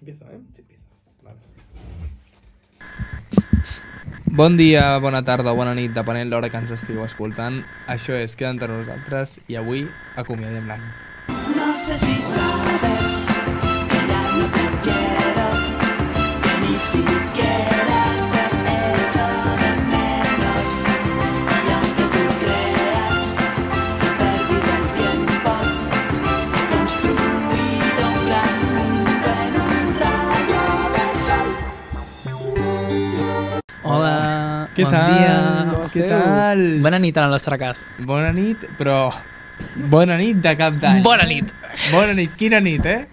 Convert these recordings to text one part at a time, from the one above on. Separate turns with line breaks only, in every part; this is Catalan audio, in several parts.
Empieza, eh? Sí, empieza. Vale.
Bon dia, bona tarda, bona nit, depenent l'hora que ens estigueu escoltant. Això és Queda entre nosaltres i avui acomiadem l'any.
No sé si sabes que ya no te quiero, que ni siquiera te echo de menos. Y aunque tú creas que he perdido el tiempo, he construido un gran mundo en un rayo de sol.
Hola,
Què
bon
tal?
dia.
Què tal?
Bona nit en el nostre cas.
Bona nit, però... Bona nit de cap d'any.
Bona nit.
Bona nit, quina nit, eh?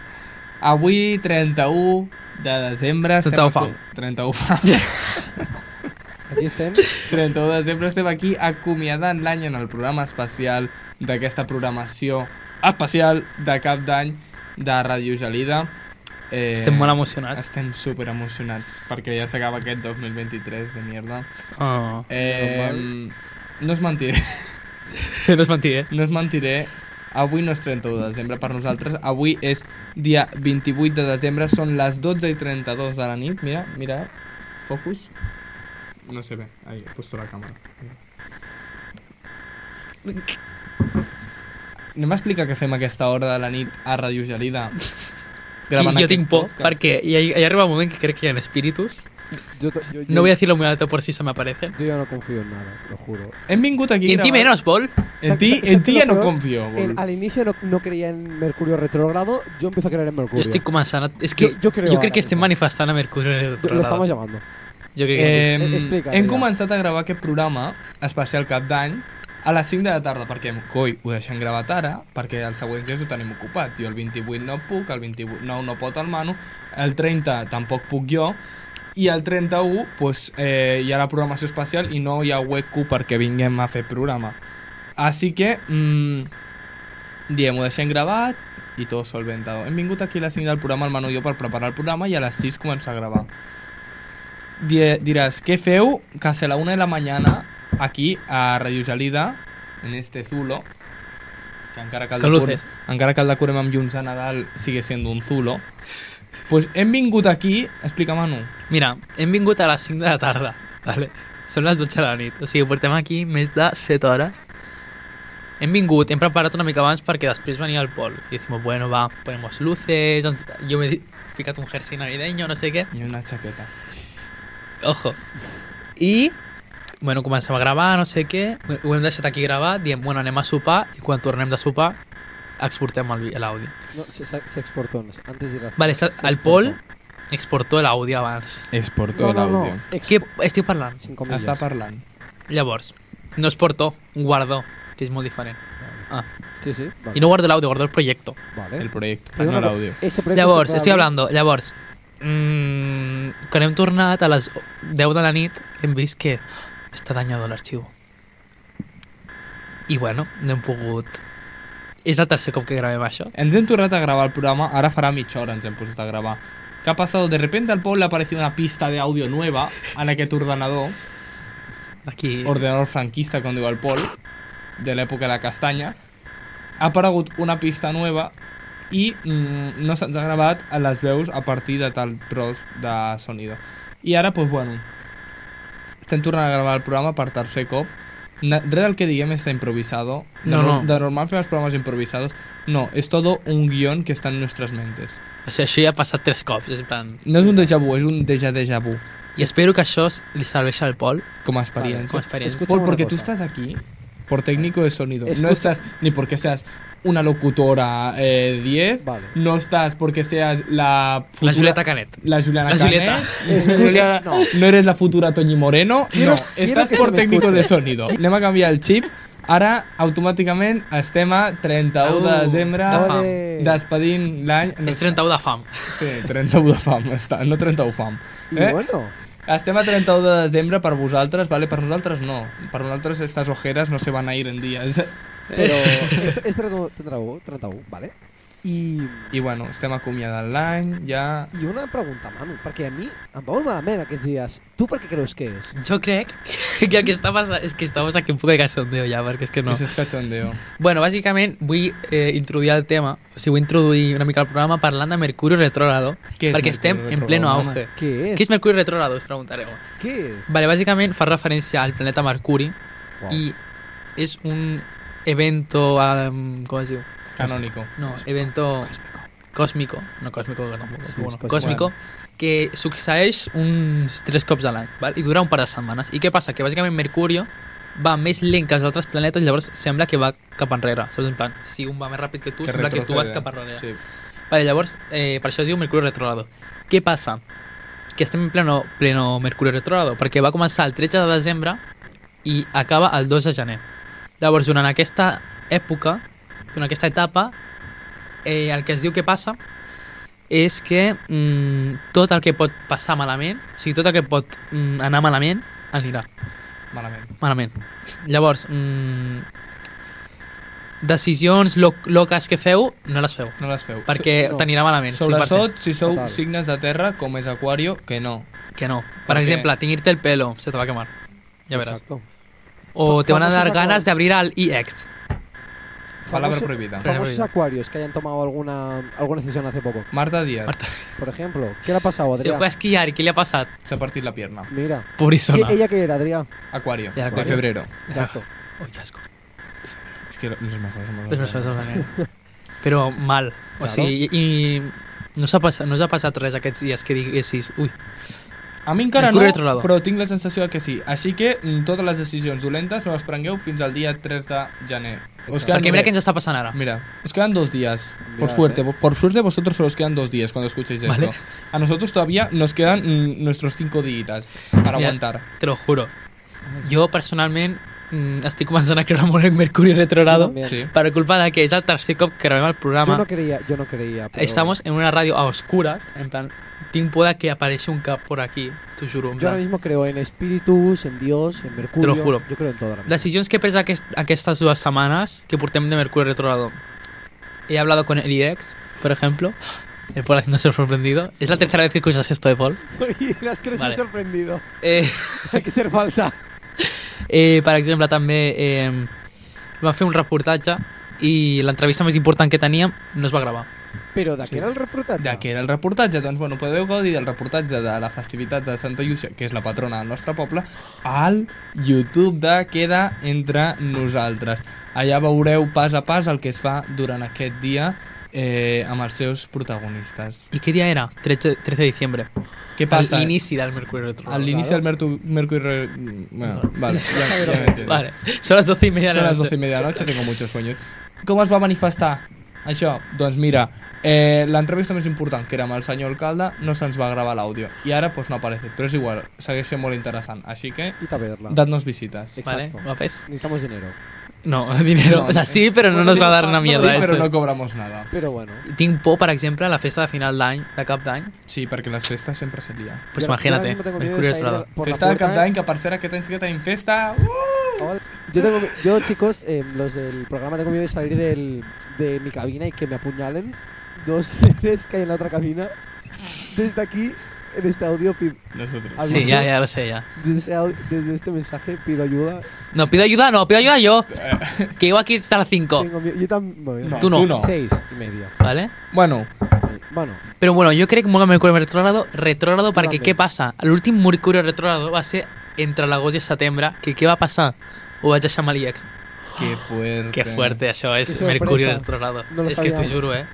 Avui, 31 de desembre... estem
31 fa.
aco- 31 fa.
Aquí estem.
31 de desembre estem aquí acomiadant l'any en el programa especial d'aquesta programació especial de cap d'any de Ràdio Gelida. Eh,
Estem molt emocionats.
Estem super emocionats perquè ja s'acaba aquest 2023 de mierda.
Oh.
Eh, no us mentiré,
No és mentir, eh?
no us mentiré. Avui no és 31 de desembre per nosaltres, avui és dia 28 de desembre, són les 12 i 32 de la nit. Mira, mira, focus. No sé bé, ahí, he puesto la càmera. Anem a explicar què fem a aquesta hora de la nit a Ràdio Gelida.
Gravant jo
aquest
tinc por,
podcast.
perquè hi, hi arriba un moment que crec que hi ha espíritus.
Yo, to- yo- yo-
No voy a decir lo muy alto por si se me aparecen.
yo ya no confío en nada, te lo juro.
Hem vingut aquí
Y en ti
gravat-
menos, Bol.
En
Sa-
ti,
sa-
en
¿sabes
ti
qué
ja
es lo
no
peor?
confio,
En-
bol.
al inicio no, no creía en Mercurio retrogrado, yo empiezo a creer en Mercurio.
Yo estoy comenzando. Es que
Jo- jo crec
jo crec
ara
que estem
mismo.
manifestant a Mercurio en el
Yo-
otro
Lo
lado.
estamos llamando.
Jo crec que sí.
Eh,
Eh, explica,
hem
ja.
començat a gravar aquest programa especial cap d'any a les 5 de la tarda perquè, coi, ho deixem gravat ara perquè els següents dies ho tenim ocupat. Jo el 28 no puc, el 29 no, no pot el Manu, el 30 tampoc puc jo i el 31 pues, eh, hi ha la programació especial i no hi ha hueco perquè vinguem a fer programa. Així que, mmm, diem, ho deixem gravat i tot solventado. Hem vingut aquí a les 5 del programa, el Manu i jo, per preparar el programa i a les 6 començar a gravar. Di- dirás, ¿qué feo? Casi a la una de la mañana, aquí, a Radio Salida, en este zulo, que encara que el,
Con
de
luces.
Cur- encara que el de Curem amb llums a Nadal sigue siendo un zulo, pues hem vingut aquí, explica Manu,
Mira, hem vingut a les 5 de la tarda, vale? Són les 12 de la nit, o sigui, portem aquí més de 7 hores. Hem vingut, hem preparat una mica abans perquè després venia el Pol. I decimos, bueno, va, ponemos luces, ens... jo m'he ficat un jersey navideño, no sé què.
y una chaqueta.
Ojo. I, bueno, comencem a gravar, no sé què. Ho hem deixat aquí gravat, diem, bueno, anem a sopar i quan tornem de sopar exportem el vi- l'àudio.
No, se, se- se exportó antes, antes de la.
Vale,
se
sa- el
exportó.
Pol exportó l'àudio abans.
Exportó
No,
el
no, no.
audio.
Expo-
Què estic parlant?
Sin comillas.
Està parlant.
Llavors, no es portó, guardó, que és molt diferent. Ah,
Sí, sí. Vale.
i no guardo el audio, guardo el proyecto.
Vale.
El proyecto,
Pero una
no el
co-
audio.
Ese proyecto
Llavors,
se
estic
puede
hablando, llavors, mmm, quan hem tornat a les 10 de la nit hem vist que està danyado l'arxiu. I bueno, no hem pogut... És el tercer cop que gravem això.
Ens hem tornat a gravar el programa, ara farà mitja hora ens hem posat a gravar. ¿Qué ha pasado? De repente al pueblo ha aparecido una pista de audio nueva en aquest ordenador
Aquí...
ordenador franquista con diu el Pol, de l'època de la castanya, ha aparegut una pista nova i mm, no se'ns ha gravat a les veus a partir de tal tros de sonido. I ara, doncs, bueno, estem tornant a gravar el programa per tercer cop. Na- Res del que diguem està improvisado. De,
No,
nor-
no.
de normal fem els programes improvisados. No, és todo un guión que està en nostres mentes.
O sigui, això ja ha passat tres cops. És en plan...
No és un déjà vu, és un déjà déjà vu
I espero que això li serveixi al Pol
com a experiència.
com a experiència.
Escucha
Por-
una
porque tú
cosa.
estás aquí por técnico de sonido. No
Escucha.
estás ni porque seas una locutora eh, 10.
Vale.
No estás porque seas la.
La
futura-
Julieta Canet.
La Juliana
La
Canet.
Julieta.
Escucha, no.
No eres la futura Toñi Moreno.
Quiero-
no,
quiero
estás
que
por
se me
técnico de
escuche.
sonido. Anem a canviar el xip. Ara, automàticament, estem a 31 de
Au,
desembre
de
fam.
despedint l'any... No
És 31 de fam.
Sí, 31 de fam, està, no 31 fam.
Y
¿Eh?
bueno.
Estem a 31 de desembre per vosaltres, vale? per nosaltres no. Per nosaltres estas ojeras no se van a ir en dies.
Pero. este, este tendrá, tendrá, tendrá- ¿vale?
I,
I bueno, estem acomiadant l'any, ja...
I una pregunta, Manu, perquè a mi em va molt malament aquests dies. Tu per què creus que és?
Yo creo que el que está pasando es que estamos aquí un poco de casondeo ya, porque es que
No.
no.
Això és cachondeo.
Bueno, bàsicament vull eh, introduir el tema, o sigui, vull introduir una mica el programa parlant de Mercuri retrògrado,
Què és Mercuri
perquè estem en
retrògrad,
pleno
home?
auge.
Què és?
Què és Mercuri retrògrado, us preguntareu.
Què és?
Vale, bàsicament fa referència al planeta Mercuri
Uau.
i és un evento, um, com es diu?
Canònico.
No, evento cósmico, no cósmico, no,
Sí,
bueno,
és
cósmico, que succeeix uns tres cops a l'any, val? i dura un par de setmanes. I què passa? Que bàsicament Mercurio va més lent que els altres planetes, llavors sembla que va cap enrere, saps? En plan, si un va més ràpid que tu, sembla que tu vas
retrocede.
cap enrere.
Sí.
Vale, llavors, eh, per això es diu Mercuri retrogrado. Què passa? Que estem en pleno, pleno Mercuri retrogrado, perquè va començar el 13 de desembre i acaba el 2 de gener. Llavors, durant aquesta època, durant aquesta etapa, eh, el que es diu que passa és que mm, tot el que pot passar malament, o sigui, tot el que pot mm, anar malament, anirà
Malament.
malament. Llavors, mm, decisions lo loques que feu, no les feu
No les feu.
perquè
No.
no. t'anirà malament.
Sobretot si sou
Fatal.
signes de terra, com és Aquario, que no.
100%. Que no. Per
Perquè-
exemple, teñirte el pelo, se te va a quemar. Ya verás.
Exacto.
O te van a
Famosos
dar
acuarios.
ganas de abrir al E EX.
Palabra
Famoso-
prohibida.
Famosos acuarios que hayan tomado alguna, alguna decisión hace poco.
Marta Díaz
Por ejemplo, ¿qué le ha pasado,
Se
Adrián?
fue a esquiar, ¿y qué le ha pasado?
s'ha partit la pierna.
Mira.
Purísima.
¿Qué- ¿Ella qué era, Adrián?
Aquario,
Ja,
de
Aquario.
febrero.
Exacto.
Uy, qué asco.
És que no és mejor, és mejor.
Pues no saps el que- Però mal. O
Claro.
sigui, i, i no s'ha passat, no s'ha passat res aquests dies que diguessis... Ui,
A mi encara
El
no,
cul retro lado.
però tinc la sensació que sí. Així que mm, totes les decisions dolentes no les prengueu fins al dia 3 de gener. Us queden
perquè mira
dos-
què ens està passant ara.
Mira, os quedan dos días. por
Mirad,
suerte,
eh.
vo- por suerte vosotros solo os quedan dos días cuando escuchéis esto.
Vale.
A nosotros todavía nos quedan mm, nuestros cinco días para
Mira,
aguantar.
Te lo juro. Jo, personalment, mm, estic començant a creure molt en Mercuri retrogrado
Yo también.
Sí.
per culpa de que és el tercer cop que gravem el programa.
Yo no creía, yo no creía. pero-
Estamos en una radio a oscuras, en plan, Tim pueda que aparece un cap por aquí, t'ho juro, en
Yo ahora
plan.
mismo creo en espíritus, en Dios, en Mercurio.
Te lo juro.
Yo creo en todo ahora mismo.
Decisions que he pres aquest, aquestes dues setmanes que portem de Mercurio Retrogrado. He hablado con el IDEX, por ejemplo. El Paul haciendo ser sorprendido. Es la tercera vez que escuchas esto de Paul.
Y las tres me he
Vale.
sorprendido.
Eh,
Hay que ser falsa.
eh, per exemple, també eh, vam fer un reportatge i l'entrevista més important que teníem no es va gravar.
Pero de qué era el reportaje.
De què era el reportatge? Doncs, bueno, podeu gaudir del reportatge de la festivitat de Santa Llúcia, que és la patrona del nostre poble, al YouTube de Queda Entre Nosaltres. Allà veureu pas a pas el que es fa durant aquest dia eh, amb els seus protagonistes.
I què dia era? 13, 13 de diciembre.
Què passa?
eh.
L'inici del Mercurio Retrogrado.
A l'inici del Mertu- Mercury... Re- Bueno, vale, ja, ja m'entens.
Vale, són les 12 i media de
Son
la
las 12
noche.
y media de la noche, tengo muchos sueños. Com es va manifestar això? Doncs mira, eh, l'entrevista més important, que era amb el senyor alcalde, no se'ns va gravar l'àudio. I ara pues, no apareix, però és igual, segueix sent molt interessant. Així que,
Y taberla.
dadnos visites.
Vale,
Exacto.
guapes.
Necesitamos dinero.
No, dinero.
No,
o sea,
eh.
sí, pero no
Pues
nos va a dar una
Sí,
mierda eso.
però no cobramos nada.
Pero bueno.
Tinc por, per exemple, a la festa de final d'any, de cap d'any.
Sí, perquè les festes sempre se lia.
Pues
Yo ahora- yo ahora
imagínate,
mismo tengo miedo
Mercurio
de salir
Retrogrado.
por la
Festa de
puerta. ¿eh?
Cap d'Any, que per cert aquest any sí que tenim festa. Uh!
Hola. Yo, tengo, yo, chicos, eh, los del programa tengo miedo de salir del, de mi cabina y que me apuñalen dos seres que hay en la otra cabina. Desde aquí, en este audio, pi-
Nosotros.
Al-
Sí, ya, ya lo sé, ya.
desde, este au- desde este mensaje pido ayuda.
No, pido ayuda, no, pido ayuda yo. Que llevo aquí hasta las 5,
Tengo miedo. Yo también. Bueno, yo
No,
Tú no.
tu no.
Seis y media.
¿vale?
Bueno,
Bueno,
Pero bueno, yo creo que me Mercurio Retrogrado, retrogrado, para que,
Totalment.
¿qué pasa? El últim Mercurio Retrogrado va a ser entre l'agost i setembre, que què va passar? Ho vaig deixar amb el IEX.
que fuerte.
Que fuerte, això és
Que sorpresa.
Mercurio Retrogrado.
No lo
és que t'ho
sabíem.
juro, eh?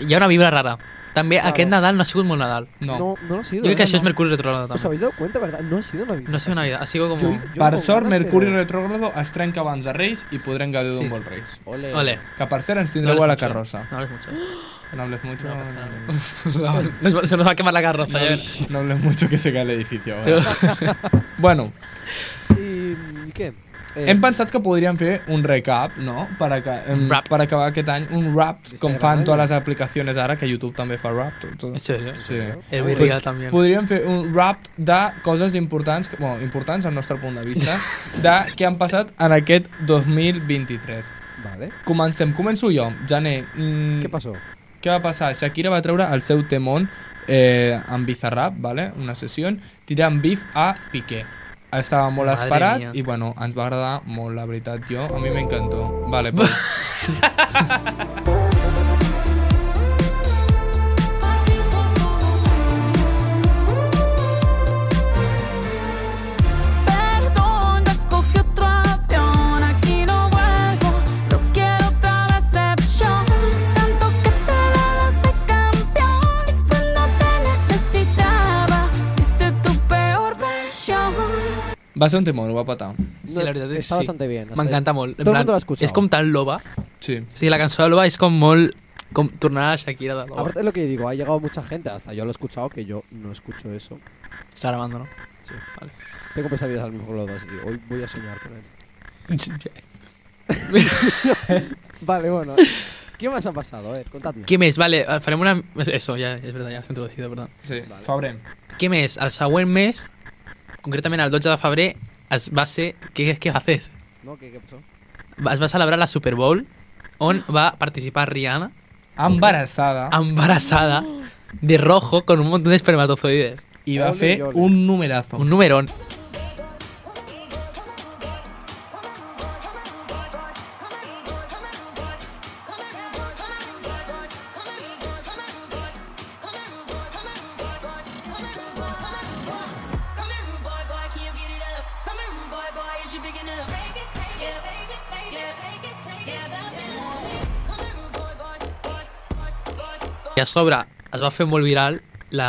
Hi ha una vibra rara. També
Claro.
aquest Nadal no ha sigut molt Nadal.
No.
no,
no.
no, lo ha sido.
Jo crec que
¿eh?
això és Mercuri retrogrado
¿Os
també.
habéis dado cuenta, verdad? No ha sido Navidad.
No ha sigut Navidad, ha sigut com...
Yo-
un-
yo
Per
no
sort,
ganas,
Mercuri
pero-
retrogrado es trenca abans de Reis i podrem gaudir d'un
Sí.
bon Reis.
Ole.
Ole.
Que per cert ens
No
tindreu
hables
a la
mucho,
carrossa.
No hables mucho.
No hables mucho.
No pasa
no, no.
nada. Nos va- se nos va a quemar la carroza. ya verás.
No hables mucho que se cae el edificio. ahora. bueno,
¿Y qué? Eh,
hem pensat que podríem fer un recap, no? Per, aca em,
Wrapped.
per acabar aquest any, un rap, com
sí,
fan
sí.
totes les aplicacions ara, que YouTube també fa rap. Tot,
En
tot.
serio.
Sí.
El
Pues,
Virreal también.
Podríem fer un rap de coses importants, que- bueno, importants al nostre punt de vista, de què han passat en aquest 2023.
pues, Vale.
Comencem, començo jo, gener. Mm,
¿Qué pasó?
Què va passar? Shakira va treure el seu temón eh, amb Bizarrap, vale? una sessió, tirant bif a Piqué. Estava molt
Madre
esperat
mia.
i bueno, ens va agradar molt, la veritat, jo, a mi m'encantó. Vale, pues.
Perdona, cogí otro avión, aquí no vuelvo, no quiero otra decepción. Tanto que te dabas de campeón y cuando te necesitaba, diste tu peor versión.
va ser un temón, ho va petar.
Sí, la veritat és que
Està
sí.
bastante bien. està
M'encanta
bien.
molt. En
Todo el
plan,
mundo lo ha escuchado.
És com tan loba.
Sí.
Sí, la cançó de loba és com molt... Com tornar a la Shakira de loba.
Aparte de lo que digo, ha llegado mucha gente, hasta yo lo he escuchado, que yo no escucho eso.
Està gravant, no?
Sí.
Vale.
Tengo pesadillas al mismo los dos, y digo, hoy voy a soñar con él. Vale, bueno. ¿Qué más ha pasado? A ver, contadme.
Què més? Vale, eh, farem una... Eso, ja, és verdad, ja s'ha introduït, perdó.
Sí, Fabrem.
Què més? El següent mes, concretament el 12 de febrer, es va ser... Què, què va fer?
¿No? ¿Qué, qué pasó?
Va- Es va celebrar la Super Bowl, on va participar Rihanna,
Embarassada.
Ah. embarassada, de rojo, con un montón de espermatozoides.
I va
Ole,
fer
ole.
un numerazo.
Un numerón. I a sobre es va fer molt viral la,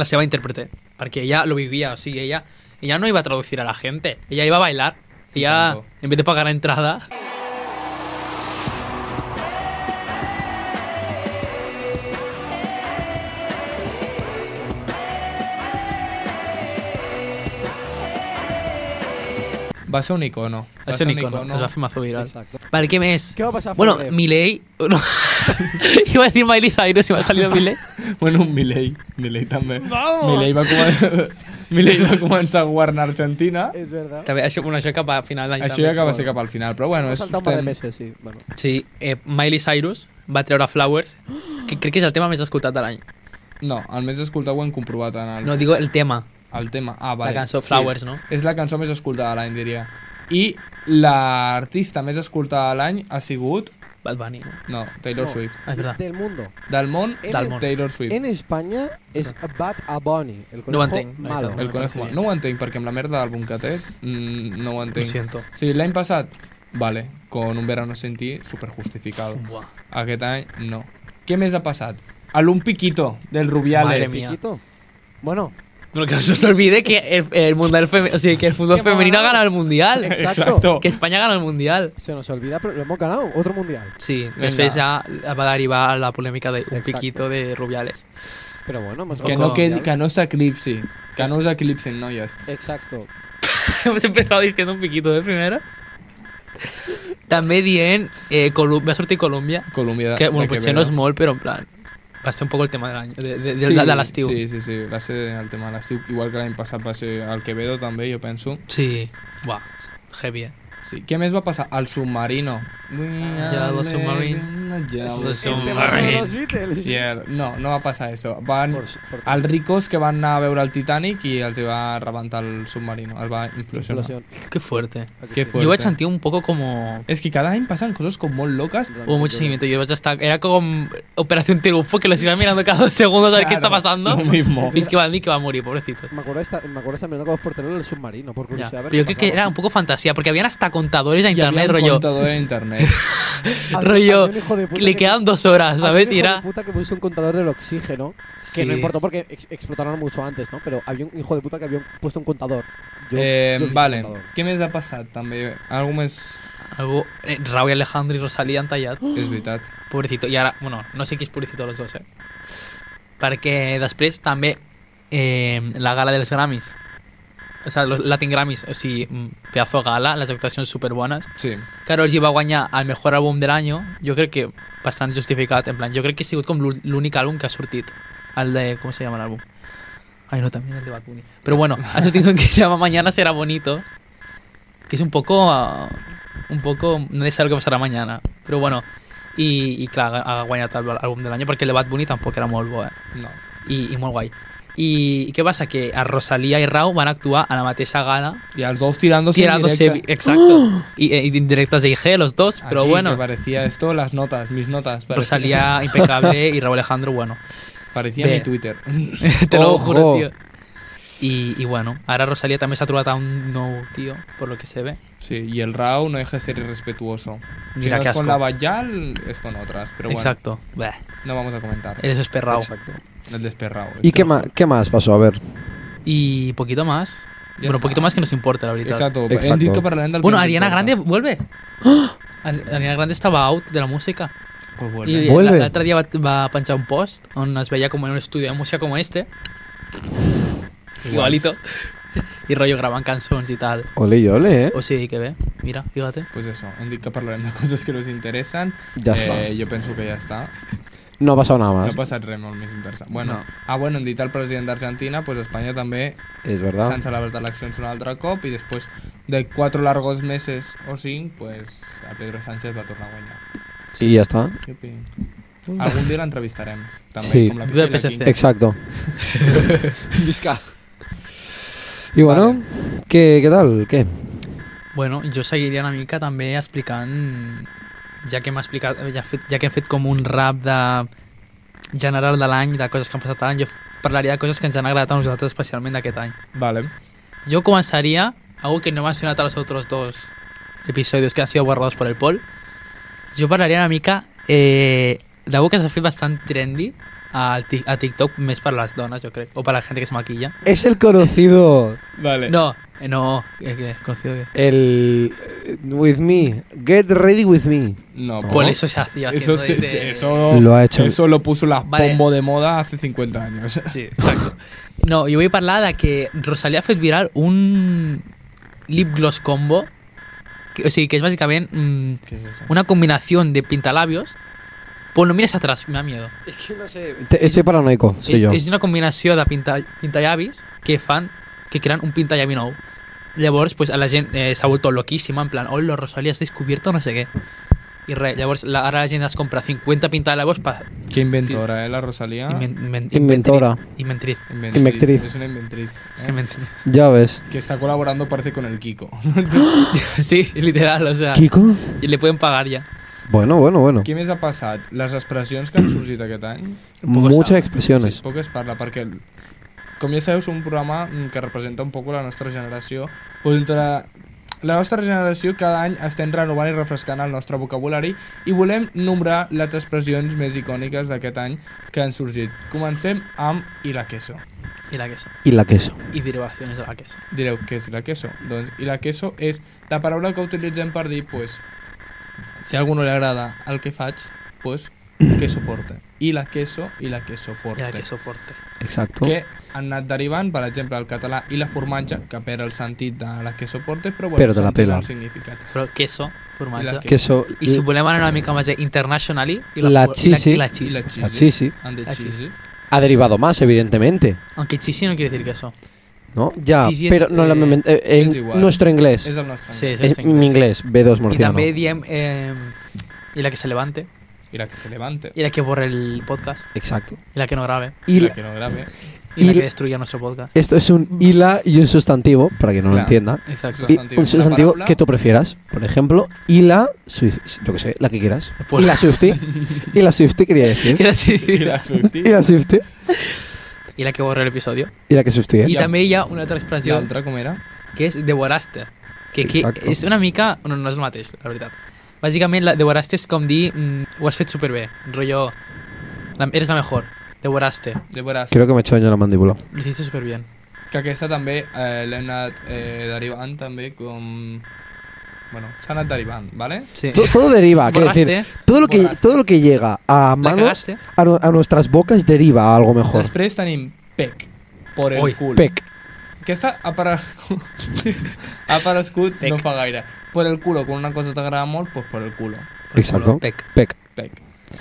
la seva intérprete, perquè ella lo vivía, o sigui, ella, ella no iba a traducir a la gente, ella iba a bailar, ella,
Tanto.
en vez de pagar la entrada,
Va ser un icono.
va ser un icono, es va fer mazo viral.
Exacto.
Vale, ¿qué mes?
¿Qué va a pasar?
Bueno,
Fabrev?
Miley... no. iba a decir Miley Cyrus, y me ha salido Miley.
Bueno, un Milei. Milei també. Milei va, comen... Milei va començar a governar Argentina.
Es verdad.
També, això, bueno, això cap a final d'any.
Això
també.
ja acaba de ser cap al final, però bueno,
Ha
és...
saltado un par de meses, sí. Bueno.
Sí, eh, Miley Cyrus va treure Flowers, que crec que és el tema més escoltat de l'any.
No, el més escoltat ho hem comprovat en el,
No, digo el tema.
el tema. Ah, vale.
cançó Flowers, no?
És la cançó més escoltada de l'any, diria. I l'artista més escoltada de l'any ha sigut...
Bad Bunny, no?
No, Taylor
No.
Swift.
Ah, és verdad.
Del mundo.
Del món,
En
Del món.
Taylor Swift.
En España es Bad Aboni, el conejo
No ho entenc.
malo.
No,
El
me
conejo
parece
humano.
bien.
No ho entenc, perquè amb la merda d'àlbum que té, mm, no ho
Lo
entenc.
siento.
Sí, l'any passat, vale, con un verano sin ti, superjustificado.
Buah.
Aquest any, no. Què més ha passat? A l'un piquito del Rubiales.
Madre mía.
Chiquito. Bueno,
No, que no se os olvide que el, el mundial femi- o sea, que el fútbol
Que hemos
femenino
ganado.
gana el mundial.
Exacto.
Que España gana el mundial.
se nos olvida, pero lo hemos ganado. Otro mundial.
Sí, después ya va a derivar a la polémica de un
Exacto.
piquito de Rubiales.
Pero bueno, hemos
Que
ganado
no,
el
quedi,
mundial.
que no s'eclipsi. Que no us eclipsin, noies.
Exacto.
Hemos empezado diciendo un piquito de primera. También bien, eh, Colu- va a sortir Colombia.
Colòmbia...
Que, bueno,
de
potser
Quevedo.
no és molt, però en plan, va ser un poco el tema de l'any, de, de, de,
Sí,
de, de l'estiu.
Sí, sí, sí, va ser el tema de l'estiu. Igual que l'any passat va ser el eh, Quevedo, també, jo penso.
Sí. Buah, heavy, eh?
Sí. Què més va passar? El submarino.
Yellow Submarine.
Yellow
Los
El
Submarine.
tema de
Submarine.
los Beatles.
Yeah. No, no va passar això. Van...
Por- por-
Els ricos que van anar a veure el Titanic i els hi va rebentar el submarino. Els va implosionar.
Explosión.
Que fuerte.
Que
Jo
fuerte.
vaig sentir un poco como...
És que cada any passen coses com molt loques.
Hubo mucho seguimiento. Yo ya estaba... Era como Operación Triunfo, que los iba mirando cada dos segundos a ver qué está
Claro,
pasando.
Lo mismo.
Y es que Van Dyke va a morir, pobrecito.
Me acuerdo de estar, me acuerdo de estar mirando con los porteros del submarino, por
Ya.
curiosidad. a ver
Pero yo
qué
creo que
pasaba.
era un poco fantasía, porque habían hasta contadores a
Hi havia
internet,
un
rollo.
contador a internet.
Había- había
Rollo,
un hijo de puta
le
que-
quedan dos horas,
había un
¿sabes?
hijo
Y
de
era.
puta que puso un contador del oxígeno. Que no
Sí.
importó porque ex- explotaron mucho antes, ¿no? Pero había un hijo de puta que había puesto un contador. Yo-
eh,
yo vi ese
vale.
contador.
Què més ha passat, també? Algú més...
Algo. eh, Raúl Alejandro y Rosalía han tallado.
És veritat.
Pobrecito. I ara, bueno, no sé qui és pobrecito los dos, eh? Perquè després també eh, la gala dels Grammys. O sea, los Latin Grammys, o sigui, mm, pedazo de gala, les actuacions superbones.
Sí.
Carol G va guanyar el millor àlbum de l'any, jo crec que bastant justificat, en plan, jo crec que ha sigut com l'ú- l'únic àlbum que ha sortit, el de, com se llama l'àlbum? Ai, no, també el de Bad Bunny. Però bueno, ha sortit un que se llama Mañana será bonito, uh, que és un poco, ah, un poco, no de saber què passarà mañana, però bueno, i, i clar, ha guanyat el àlbum de l'any perquè el de Bad Bunny tampoc era molt bo eh?
No.
I, i molt guai i, i què passa? que a Rosalia i Rau van actuar a la mateixa gala
Y a los dos tirándose en
tirándose
directa.
exacto y, y en directas de IG los dos pero
Aquí,
bueno Pues
que parecía esto las notas, mis notas. parecía-
Rosalía impecable y Raúl Alejandro bueno
Parecía
Ve.
mi Twitter.
te lo
Ojo.
juro tío y, y bueno ahora Rosalía también se ha trobat a un nou tío por lo que se ve
Sí, y el Rao no deja de ser irrespetuoso. Si
Mira,
no
qué
es con
asco.
la Bayal, es con otras. Pero bueno,
exacto Eh, Bleh,
no vamos a comentar.
eres esperrao
Exacto.
El desperrao.
¿Y
Esto
qué,
no-
ma- qué más pasó? A ver.
y poquito más
Ya
bueno
está.
poquito más que nos importa la veritat
Exacto.
Exacto.
Hem dit que parlarem del Pues que
Bueno,
ens
Ariana
importa.
Grande vuelve. Al- Ariana Grande estava out de la música.
Pues bueno.
I
Vuelve.
l- l'altre dia va, va penjar un post on es veia com en un estudi de música com este. Igualito. I rotllo gravant cançons i tal.
Ole y ole, ¿eh?
O sigui que bé, mira, fíjate.
Pues eso, hem dit que parlarem de coses que nos interessen.
Ja està.
eh, jo penso que ja està.
No ha pasado nada
No ha
más.
passat res molt més interessant. Bueno,
No.
ah, bueno, hem dit el president d'Argentina, pues Espanya també
Es
s'han
verdad.
celebrat eleccions un altre cop i després de cuatro largos meses o cinc, pues a Pedro Sánchez va tornar a guanyar.
Sí, ya está.
Yupi. Algun dia l'entrevistarem, també,
Sí.
com la
Viva
Piqui i la
PSC.
Quim.
Exacto. Visca. Y bueno, ¿qué, ¿qué tal? ¿Qué?
Bueno, jo seguiria una mica també explicant ja mm, que hem explicat, ja, fet, ja que hem fet com un rap de general de l'any, de coses que han passat l'any, jo f- parlaria de coses que ens han agradat a nosaltres especialment d'aquest any.
Vale.
Yo comenzaría algo que no he mencionado a los otros dos episodios que han sido borrados por el poll. Yo parlaría una mica eh, d'algú que s'ha fet bastant trendy al Tik- a TikTok, més per les dones, jo crec, o per la gent que se maquilla.
Es el conocido.
Vale.
No, eh, no, eh, que, conocido que...
El. eh, With me. Get ready with me.
No,
Por
no.
eso se hacía.
Eso,
haciendo
se-
de-
se-
de-
eso,
Lo ha hecho.
Eso lo puso la
Vale.
pombo de moda hace 50 años.
Sí, exacto. No, yo voy a hablar de que Rosalía ha fet viral un lip gloss combo, que, o sigui, que es básicamente mm,
¿Qué es eso?
una combinación de pintalabios. Pues no mires atrás, me da miedo.
Es que no sé. estoy paranoico, soy
és,
yo.
és una combinació de pinta, pintallavis que fan que creen un pintallavi nou. Llavors, pues, a la gent eh, s'ha voltat loquíssima, en plan, hola, Rosalía, has descubierto no sé què. I res, llavors la, ara la gent es compra 50 pintallavis per...
Qué inventora, ¿eh? La Rosalía.
Inven, inven,
Ah. Inventora. Ah.
Inventriz.
Inventriz.
Inventriz.
Es una inventriz. ¿eh?
És que inventriz.
Ya ves.
Que está colaborando, parece, con el Kiko.
Sí, literal, o sea,
¿Kiko?
i le pueden pagar ya.
Bueno, bueno, bueno.
Què més ha passat? Les expressions que han sorgit aquest any?
poco sabe.
Muchas
Sí,
expresiones.
poc es parla, perquè, el- com ja sabeu, som un programa mm, que representa un poc la nostra generació. Però entre la nostra generació, cada any estem renovant i refrescant el nostre vocabulari i volem nombrar les expressions més icòniques d'aquest any que han sorgit. Comencem amb i la queso.
I la queso.
Y la queso.
I derivacions de la queso.
Direu, què és la queso? Doncs i la queso és la paraula que utilitzem per dir, pues, si a algú no li agrada el que faig, pues, que soporte. I la queso, i la que
I
soporte.
la queso porte.
Exacto.
que han anat derivant, per exemple, el català i la formatge, que perd el sentit de la que soporte, però bueno,
Però te la
s'entén
pela.
el significat.
Però queso, formatge.
I la que-
Queso.
I si volem anar una mica més de internationally... I la,
La
for-
cheesy.
I la, i la
I la
cheesy.
xisi.
La xisi.
Han de
La xisi.
xisi.
Ha derivado más, evidentemente.
Aunque cheesy no quiere decir queso.
¿No? Ya.
Sí, sí, es,
pero no la-
eh,
eh, en
es igual.
nuestro inglés.
És el nostre.
Sí,
anglès.
eso
Es
está
mi inglés, B2
Y
murciano.
también diem, eh, y la que se levante,
I la que se levante.
y la que borre el podcast,
Exacto.
y la que no grabe,
I
Y
la que no grave.
y,
Y
la
la-
que destruya nuestro podcast.
esto es un hila y un sustantivo, para que no lo
Claro.
entienda.
Exacto.
Y
Sustantivo.
un sustantivo
Una palabra.
que tú prefieras. Por ejemplo, hila, suic- yo que sé, la que quieras.
Pues-
Y la Swifty. y la Swifty quería
Y
decir.
la,
I la Swiftie.
Y la Swifty.
y la que borre el episodio.
Y la que Swifty. ¿eh?
Y
Ya.
también ya una otra expresión
L'altra com era?
que es devoraste. Que, que
Exacto.
es una mica... No, no es el mateix, la veritat. Bàsicament, la, devoraste és com dir mm, ho has fet superbé, rollo... La, eres la mejor, devoraste,
De veres,
Creo que me he hecho daño en la mandíbula.
lo hiciste superbien.
que aquesta també eh, l'hem anat eh, derivant també com... Bueno, s'ha anat derivant, vale?
Sí.
To- Todo deriva, quiero
Borraste,
decir. Todo lo, que,
borraste.
todo lo que llega a
la
manos,
cagaste,
a, nu- a nuestras bocas, deriva a algo mejor.
Després tenim pec, por el
Ui,
cul.
Pec.
Aquesta ha, para... ha aparegut
Pec.
no fa gaire. Por el culo, quan una cosa t'agrada molt, pues por el culo.
Exacto.
pec.
Pec.
Pec.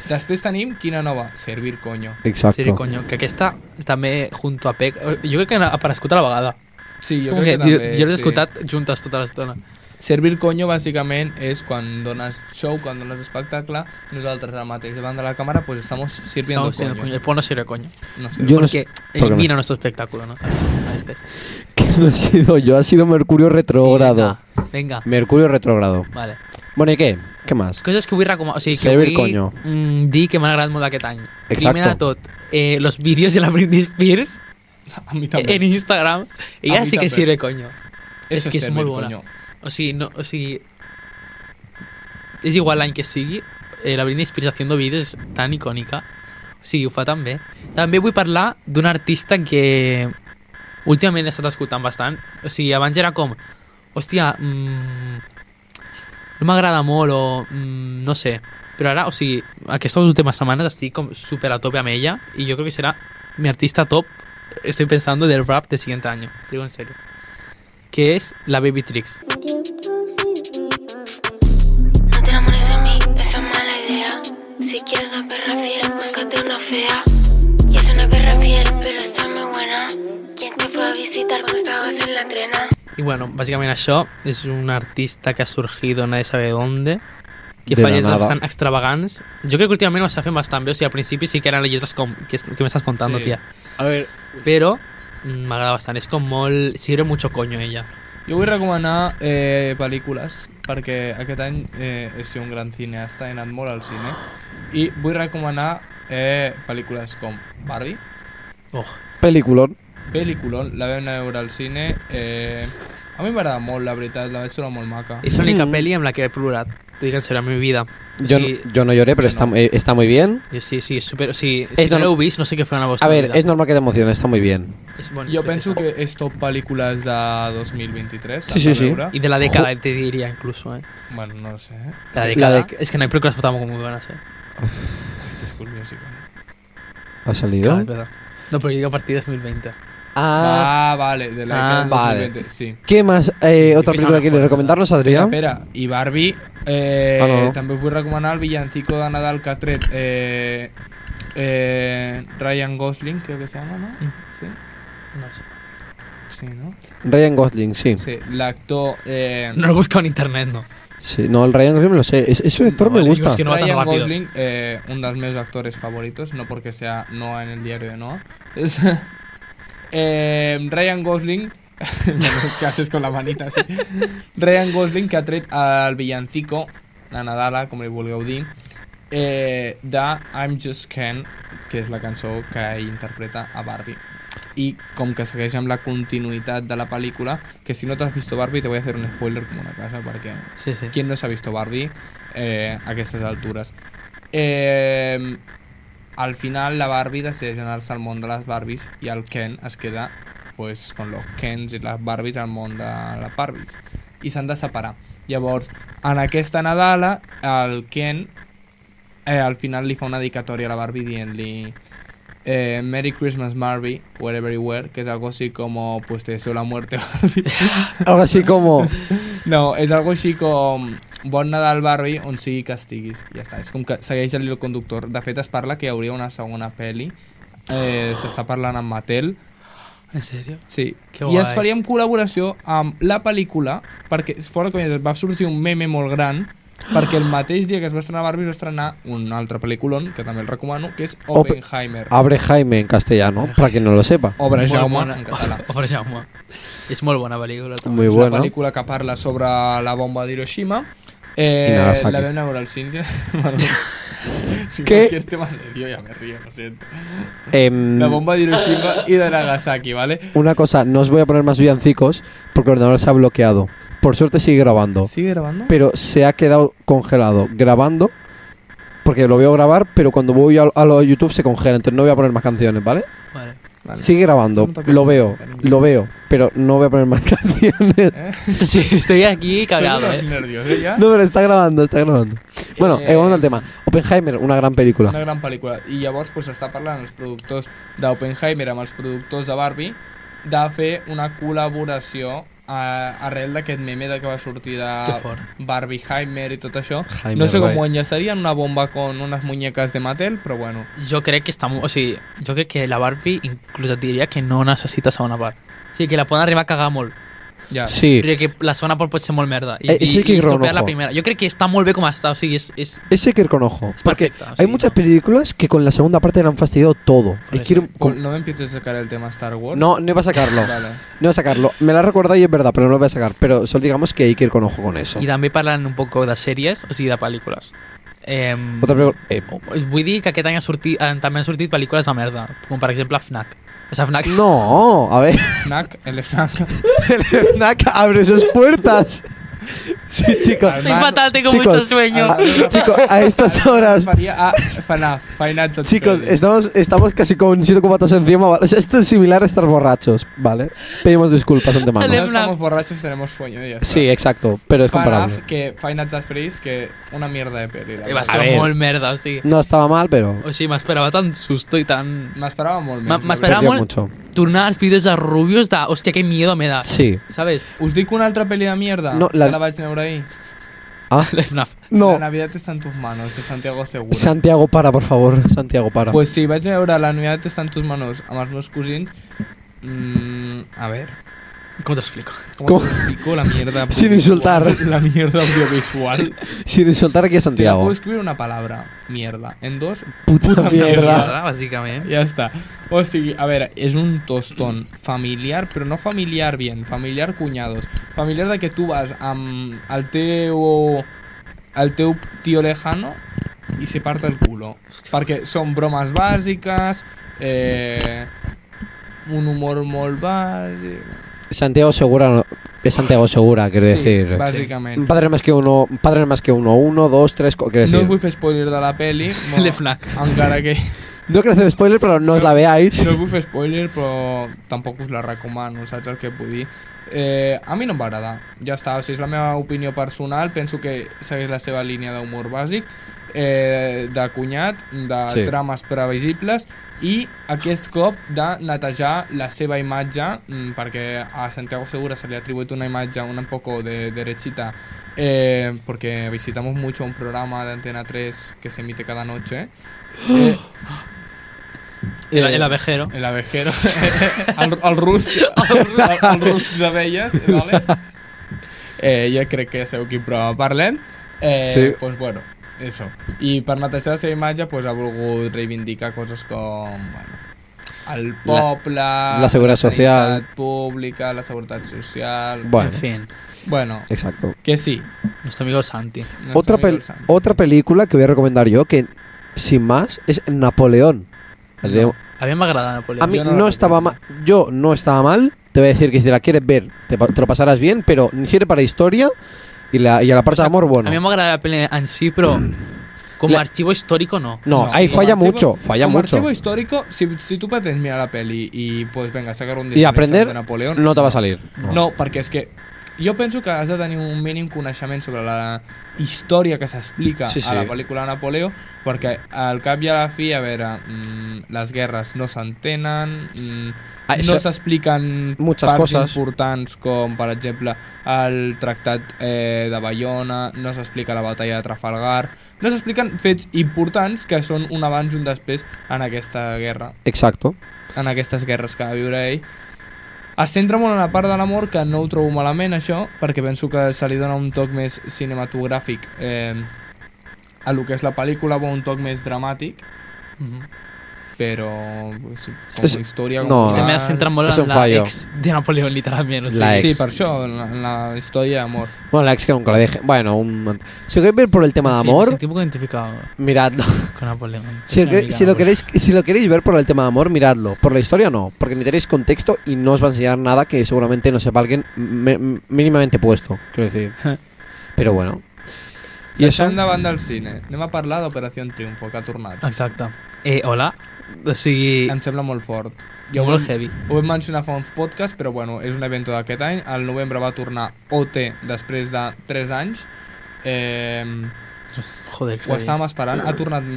Després tenim quina nova? Servir coño.
Sí,
Exacto.
coño, que aquesta també junto a Pec. Jo crec que ha aparegut a la vegada.
Sí, jo
Jo, com
crec
que,
que, també...
jo, jo les he
sí.
escoltat juntes tota l'estona.
Servir coño, bàsicament, és quan dones show, quan dones espectacle, nosaltres al mateix davant de la càmera pues estamos sirviendo
Estamos siendo coño.
coño.
El porno sirve coño.
No sé.
Yo no
porque
sé- porque no sé.
elimina nuestro espectáculo, ¿no? A veces.
Que no he sido yo, ha sido Mercurio retrógrado.
Sí, venga, venga.
Mercurio retrógrado.
Vale.
Bueno, i què? Què més?
Coses que vull recomanar, o sigui, que
Servir
vull
coño.
mm, dir que m'han agradat molt aquest any.
Exacto.
Primer de tot, eh, los vídeos de la Britney Spears
A mi també.
en Instagram.
A
Ella
mi
sí que
també.
sirve coño.
Eso
és que és
servir
molt bona.
coño.
O sigui, no, o sigui... És igual l'any que sigui, eh, la Britney Spears haciendo vídeos és tan icònica. O sigui, ho fa tan bé. També vull parlar d'un artista que últimament he estat escoltant bastant. O sigui, abans era com... Hòstia, mm, no m'agrada molt o... Mm, no sé. Però ara, o sigui, aquestes últimes setmanes estic com super a tope amb ella i jo crec que serà mi artista top. Estoy pensando del rap del siguiente año. Te digo en serio. Que es la Baby Tricks.
No te enamores de mí, esa es mala idea. Si quieres una perra fiel, búscate una fea. Y es una perra fiel, pero está muy buena. ¿Quién te fue a visitar cuando estabas en la trena?
Y bueno, básicamente això es un artista que ha surgido nadie sabe dónde. Que
De
fa
la
lletres
nada.
bastant extravagants. Jo crec que últimament ho està fent bastant bé. O sigui, al principi sí que eren lletres com... Que, que me estás contando,
Sí.
tía. A ver... Però mm, m'agrada bastant. És com molt... Sirve mucho coño ella.
Jo vull recomanar eh, pel·lícules, perquè aquest any eh, he sigut un gran cineasta, he anat molt al cine, i vull recomanar eh, pel·lícules com Barbie,
Oh.
Peliculón.
pel·lículon, la vam anar a veure al cine, eh, a mi m'agrada molt, la veritat, la vaig trobar molt maca.
És l'única
Mm.
pel·li amb la que he plorat. T'ho dic en serio, a mi vida. O
Yo,
sigui,
yo no lloré, pero está, eh, está muy bien.
jo sí, sí, és super... O sigui, si
És
no
norm-
l'heu vist, no sé què farà a vostra
A ver,
vida.
es normal que te emociones, está muy bien.
És bon,
Jo penso que és top pel·lícules de 2023,
Sí,
s'han
sí,
de
sí.
veure.
I de la dècada, te diria, incluso, eh?
Bueno, no ho sé, eh?
De la
La
dècada.
dec-
És que no hay películas tampoco muy buenas, eh?
Disculpe, music.
¿Ha
Claro,
salido?
es verdad. No, pero yo digo a partir de 2020.
Ah,
Ah, vale, de la
Ah,
dècada del
vale.
2020, sí.
¿Qué más? Eh, ¿Otra película
Empieza la
que quieres
fuerza.
recomendarnos,
Espera,
Adrián?
espera, i Barbie eh,
Ah, no.
també vull recomanar el villancico de Nadal que ha tret eh, eh, Ryan Gosling, creo que se llama, no?
Sí.
Sí,
No sé.
sí no?
Ryan Gosling, sí.
Sí, l'actor... Eh,
No lo he buscado en internet, no.
Sí, No, el Ryan Gosling me lo sé. Es, es un actor me
No, vale, digo,
gusta.
es que no va tan
Ryan
rápido.
Gosling, eh, un dels meus actores favoritos, no porque sea Noah en el diario de Noah. Es, eh, Ryan Gosling, ¿qué haces con la manita así? Ryan Gosling que ha tret el villancico, la Nadala, com li vulgueu dir, eh, de I'm Just Ken, que és la cançó que ell interpreta a Barbie. I com que segueix amb la continuïtat de la pel·lícula, que si no t'has vist Barbie te voy a hacer un spoiler com una casa, perquè
Sí, sí.
¿Quién no se ha visto Barbie eh, a aquestes altures? Eh, al final la Barbie decideix anar-se al món de les Barbies i el Ken es queda pues, con los Kens i les Barbies al món de les Barbies i s'han de separar. Llavors, en aquesta Nadala, el Ken eh, al final li fa una dedicatòria a la Barbie dient-li eh, Merry Christmas Barbie, wherever you were, que és algo així com pues te deseo la muerte Barbie.
Algo así como.
No, és algo així com Bon Nadal Barbie on sigui que estiguis. Ja està, és com que segueix el hilo conductor. De fet, es parla que hi hauria una segona peli. Eh, S'està parlant amb Mattel.
¿En serio?
Sí.
Que
I es
guai.
faria en col·laboració amb la pel·lícula, perquè fora com va sorgir un meme molt gran, perquè el mateix dia que es va estrenar Barbie es va estrenar una altra pel·lículon, que també el recomano, que és
Op-
Oppenheimer.
Abre Jaime en castellano, para quien no lo sepa.
Obra
Molt
Jaume,
bona.
en català.
Obra Jaume. És molt bona pel·lícula. també.
Muy
és una
bueno.
pel·lícula que parla sobre la bomba d'Hiroshima.
I
Eh,
Nagasaki.
la vam veure al cine. Bueno, si
¿Qué?
cualquier tema serio ya me río, lo siento.
Em,
La bomba de Hiroshima y de Nagasaki, ¿vale?
Una cosa, no os voy a poner más villancicos porque el ordenador se ha bloqueado. Por suerte sigue grabando,
¿Sigue grabando?
pero se ha quedado congelado grabando porque lo veo grabar, pero cuando voy a, a lo de YouTube se congela, entonces no voy a poner más canciones, ¿vale?
Vale.
Vale.
Sigue grabando,
No te preocupes,
lo veo,
cariño.
lo veo, pero no voy a poner más canciones.
¿Eh?
Sí, estoy aquí cabreado,
Tengo los
eh.
nervios, ¿eh? Ya.
No, pero está grabando, está grabando. Bueno,
Eh,
eh, volviendo al tema. Oppenheimer, una gran
Una
película.
gran pel·lícula. I llavors pues, està parlant els productors d'Oppenheimer amb els productors de Barbie de fer una col·laboració eh, arrel d'aquest meme de que va sortir
Que
de
fort.
Barbieheimer i tot això.
Heimer,
no sé com
guai.
ho enllaçarien, una bomba con unes muñecas de Mattel, però bueno.
Jo crec que està... mo- O sigui, jo crec que la Barbie inclús et diria que no necessites segona part. O sigui, que la poden arribar a cagar molt.
Ja.
Sí.
Crec que la segona part pot ser molt merda. I,
Eh,
i,
sí que
i
hi
estropear
reconozco.
la primera. Jo crec que està molt bé com està. O sigui, és, és
Ese hay que ir con ojo. Porque
perfecta, o
hay
sigui,
muchas
no.
películas que con la segunda parte le han fastidiado todo.
Por
Es que ir
eso.
con-
Pol, no me empieces a sacar el tema Star Wars.
No, no iba a sacarlo.
Vale.
No iba a sacarlo. Me la he recordado y es verdad, pero no lo voy a sacar. Pero solo digamos que hay que ir con ojo con eso.
I també parlen un poc de sèries, o sigui, de pel·lícules. Eh,
Otra película. eh,
vull dir que aquest any ha sortit, eh, també han sortit pel·lícules de merda, com per exemple FNAC. O sigui, FNAC...
no, a ver.
Fnac, el Fnac.
El FNAC abre sus puertas. Sí, chicos.
Al
Estoy
Hermano,
fatal, tengo
chicos,
mucho sueño.
A, chicos, a estas horas.
Faría a FNAF, Finance at
Chicos,
Freddy's.
estamos, estamos casi con siete cubatas encima. ¿vale? O sea, esto es similar a estar borrachos, ¿vale? Pedimos disculpas
Vale.
antemano.
No
FNAF.
estamos borrachos, tenemos sueño. y Ya está.
Sí, exacto, pero es
FNAF,
comparable.
que Finance at Freeze, que una mierda de peli. la
I
verdad.
va
A
ser
ver.
molt merda, o sigui...
No estaba mal, pero
O sigui, m'esperava tan susto i tan...
Me esperaba molt
Ma-
més, la
m'esperava-
perdió
Ramón-
mucho.
Tornar als vídeos de rubios de... Hòstia, que miedo me da.
Sí.
¿Sabes?
veritat. Us dic una altra peli de mierda.
No,
la...
la-
Que la vaig veure ahir.
Ah,
El FNAF.
no.
La Navidad está en tus manos, de Santiago Segura.
Santiago, para, por favor. Santiago, para.
Pues sí, vaig veure La Navidad está en tus manos amb els meus cosins. Mm, a ver,
Com t'explico?
¿cómo
¿Cómo?
te explico la mierda? audiovisual?
Sin insultar.
La mierda audiovisual.
Sin insultar aquí a
Te la
Santiago.
puedo escribir una palabra, mierda. En dos,
Puta, mierda.
Mierda, bàsicament.
ya está. O sigui, a ver, es un tostón familiar, pero no familiar bien, familiar cuñados. Familiar de que tú vas am, al teu, al teu tío lejano y se parte el culo. Porque son bromas básicas, eh, un humor molt bàsic...
Santiago Segura no- es Santiago Segura, quiero
Sí,
decir. Un
bàsicament.
padre más que uno, un padre más que uno, uno, dos, tres, co- quiero
No pues,
decir.
us vull fer spoiler de la peli,
Le
no,
FNAC.
encara que...
No quiero hacer spoiler, pero no os la veáis.
No us vull fer spoiler, però tampoc us la recomano, saps el que vull dir? Eh, a mi no em va agradar, ja està, o sigui, és la meva opinió personal, penso que segueix la seva línia d'humor bàsic, eh, de cunyat, de sí.
Sí.
trames previsibles i aquest cop de netejar la seva imatge mm, perquè a Santiago Segura se li ha atribuït una imatge un poco de derechita eh, porque visitamos mucho un programa de Antena 3 que se emite cada noche eh,
El, el abejero.
El abejero. el, el rusc. El, el rusc d'abelles, vale? Eh, jo crec que ja sabeu quin programa parlem. Eh,
Sí.
Pues bueno, eso. I per netejar la seva imatge pues, ha volgut reivindicar coses com... Bueno, el poble...
la seguretat social.
La sanitat pública, la seguretat social...
Bueno,
En fin.
bueno
exacto.
que sí.
Nuestro amigo Santi.
Nuestro
Otra,
amigo
pel-
el Sam.
otra película que voy a recomendar yo, que sin más, es Napoleón. El de-
A mi m'agrada Napoleó.
A mí
Yo no
no,
la
estaba mal. Yo no estaba mal. Te voy a decir que si la quieres ver, te, pa- te lo pasarás bien, pero ni sirve para historia y, la, y a la parte de amor, bueno.
A mi m'agrada la peli en si, però com a
Mm. La-
arxivo històrico no.
No,
No,
ahí
como
falla
archivo-
mucho, falla
como
mucho.
archivo histórico, si, si tú pretendes mirar la peli y pues venga, sacar un
Y
defensor
aprender
de Napoleón,
no te va a salir.
No, perquè és que jo penso que has de tenir un mínim coneixement sobre la història que s'explica
Sí, sí.
a la pel·lícula Napoleó, perquè al cap i a la fi, a veure, mm, les guerres no s'entenen, mm,
Ah,
no
això-
s'expliquen
Muchas
parts
coses.
importants com, per exemple, el tractat eh, de Bayona, no s'explica la batalla de Trafalgar, no s'expliquen fets importants que són un abans i un després en aquesta guerra
Exacto.
en aquestes guerres que va viure ell es centra molt en la part de l'amor que no ho trobo malament això perquè penso que se li dona un toc més cinematogràfic eh, a lo que és la pel·lícula o un toc més dramàtic
Mhm.
Ah,
però pues, sí, com
És-
a història com
no, eh.
a
I també es centra molt
És
en
un
la
fallo.
ex de Napoleó, literalment. O sigui,
La ex.
sí, per això, en la, en la història d'amor
Bueno, la ex que nunca la dejé. Bueno, un... si lo queréis ver por el tema de
en fin, Me
amor,
sentí un poco identificado
miradlo.
con Napoleón.
Si
Es una
lo, quer-
amiga,
si lo
bueno.
queréis, si lo queréis ver por el tema de amor, miradlo. Por la historia no, porque necesitáis contexto y no os va a enseñar nada que seguramente no sepa alguien m- m- mínimamente puesto, quiero decir. Pero bueno. Y eso...
deixant de banda el cine anem a parlar d'Operació Triunfo que ha tornat
Exacte. Eh, hola. O sigui,
em sembla molt fort
jo molt heavy.
Ho vam mencionar fa uns podcasts, però bueno, és un evento d'aquest any. Al novembre va tornar OT després de 3 anys. Eh,
Joder,
ho
heavy.
estàvem esperant. Ha tornat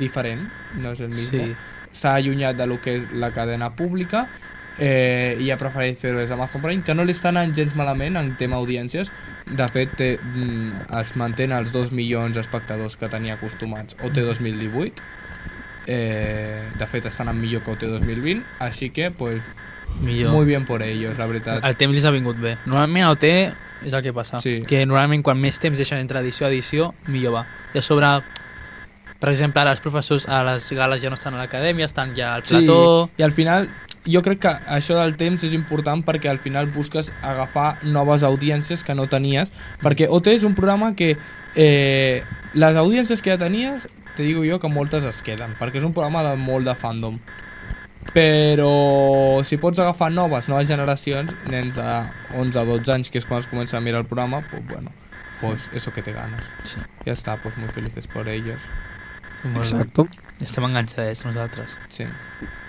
diferent, no és el
Sí.
mismo. S'ha allunyat de lo que és la cadena pública eh, i ha preferit fer-ho des d'Amazon Prime, que no li està anant gens malament en tema audiències. De fet, té, mm, es mantén els 2 milions d'espectadors que tenia acostumats OT 2018. Eh, de fet, estan en millor que OT 2020, així que, pues,
millor.
Muy bien por ellos, la veritat.
El temps li ha vingut bé. Normalment el té és el que passa.
Sí.
Que normalment quan més temps deixen entre edició a edició, millor va. I a sobre, per exemple, ara els professors a les gales ja no estan a l'acadèmia, estan ja al plató...
Sí, i al final jo crec que això del temps és important perquè al final busques agafar noves audiències que no tenies, perquè OT és un programa que eh, les audiències que ja tenies, te digo jo que moltes es queden, perquè és un programa de molt de fandom. Però si pots agafar noves, noves generacions, nens de 11 a 12 anys, que és quan es comença a mirar el programa, pues bueno, pues eso que te ganas.
Sí.
Ya está, pues muy felices por ellos.
Molt bé.
Exacto.
Estem enganxadets nosaltres.
Sí.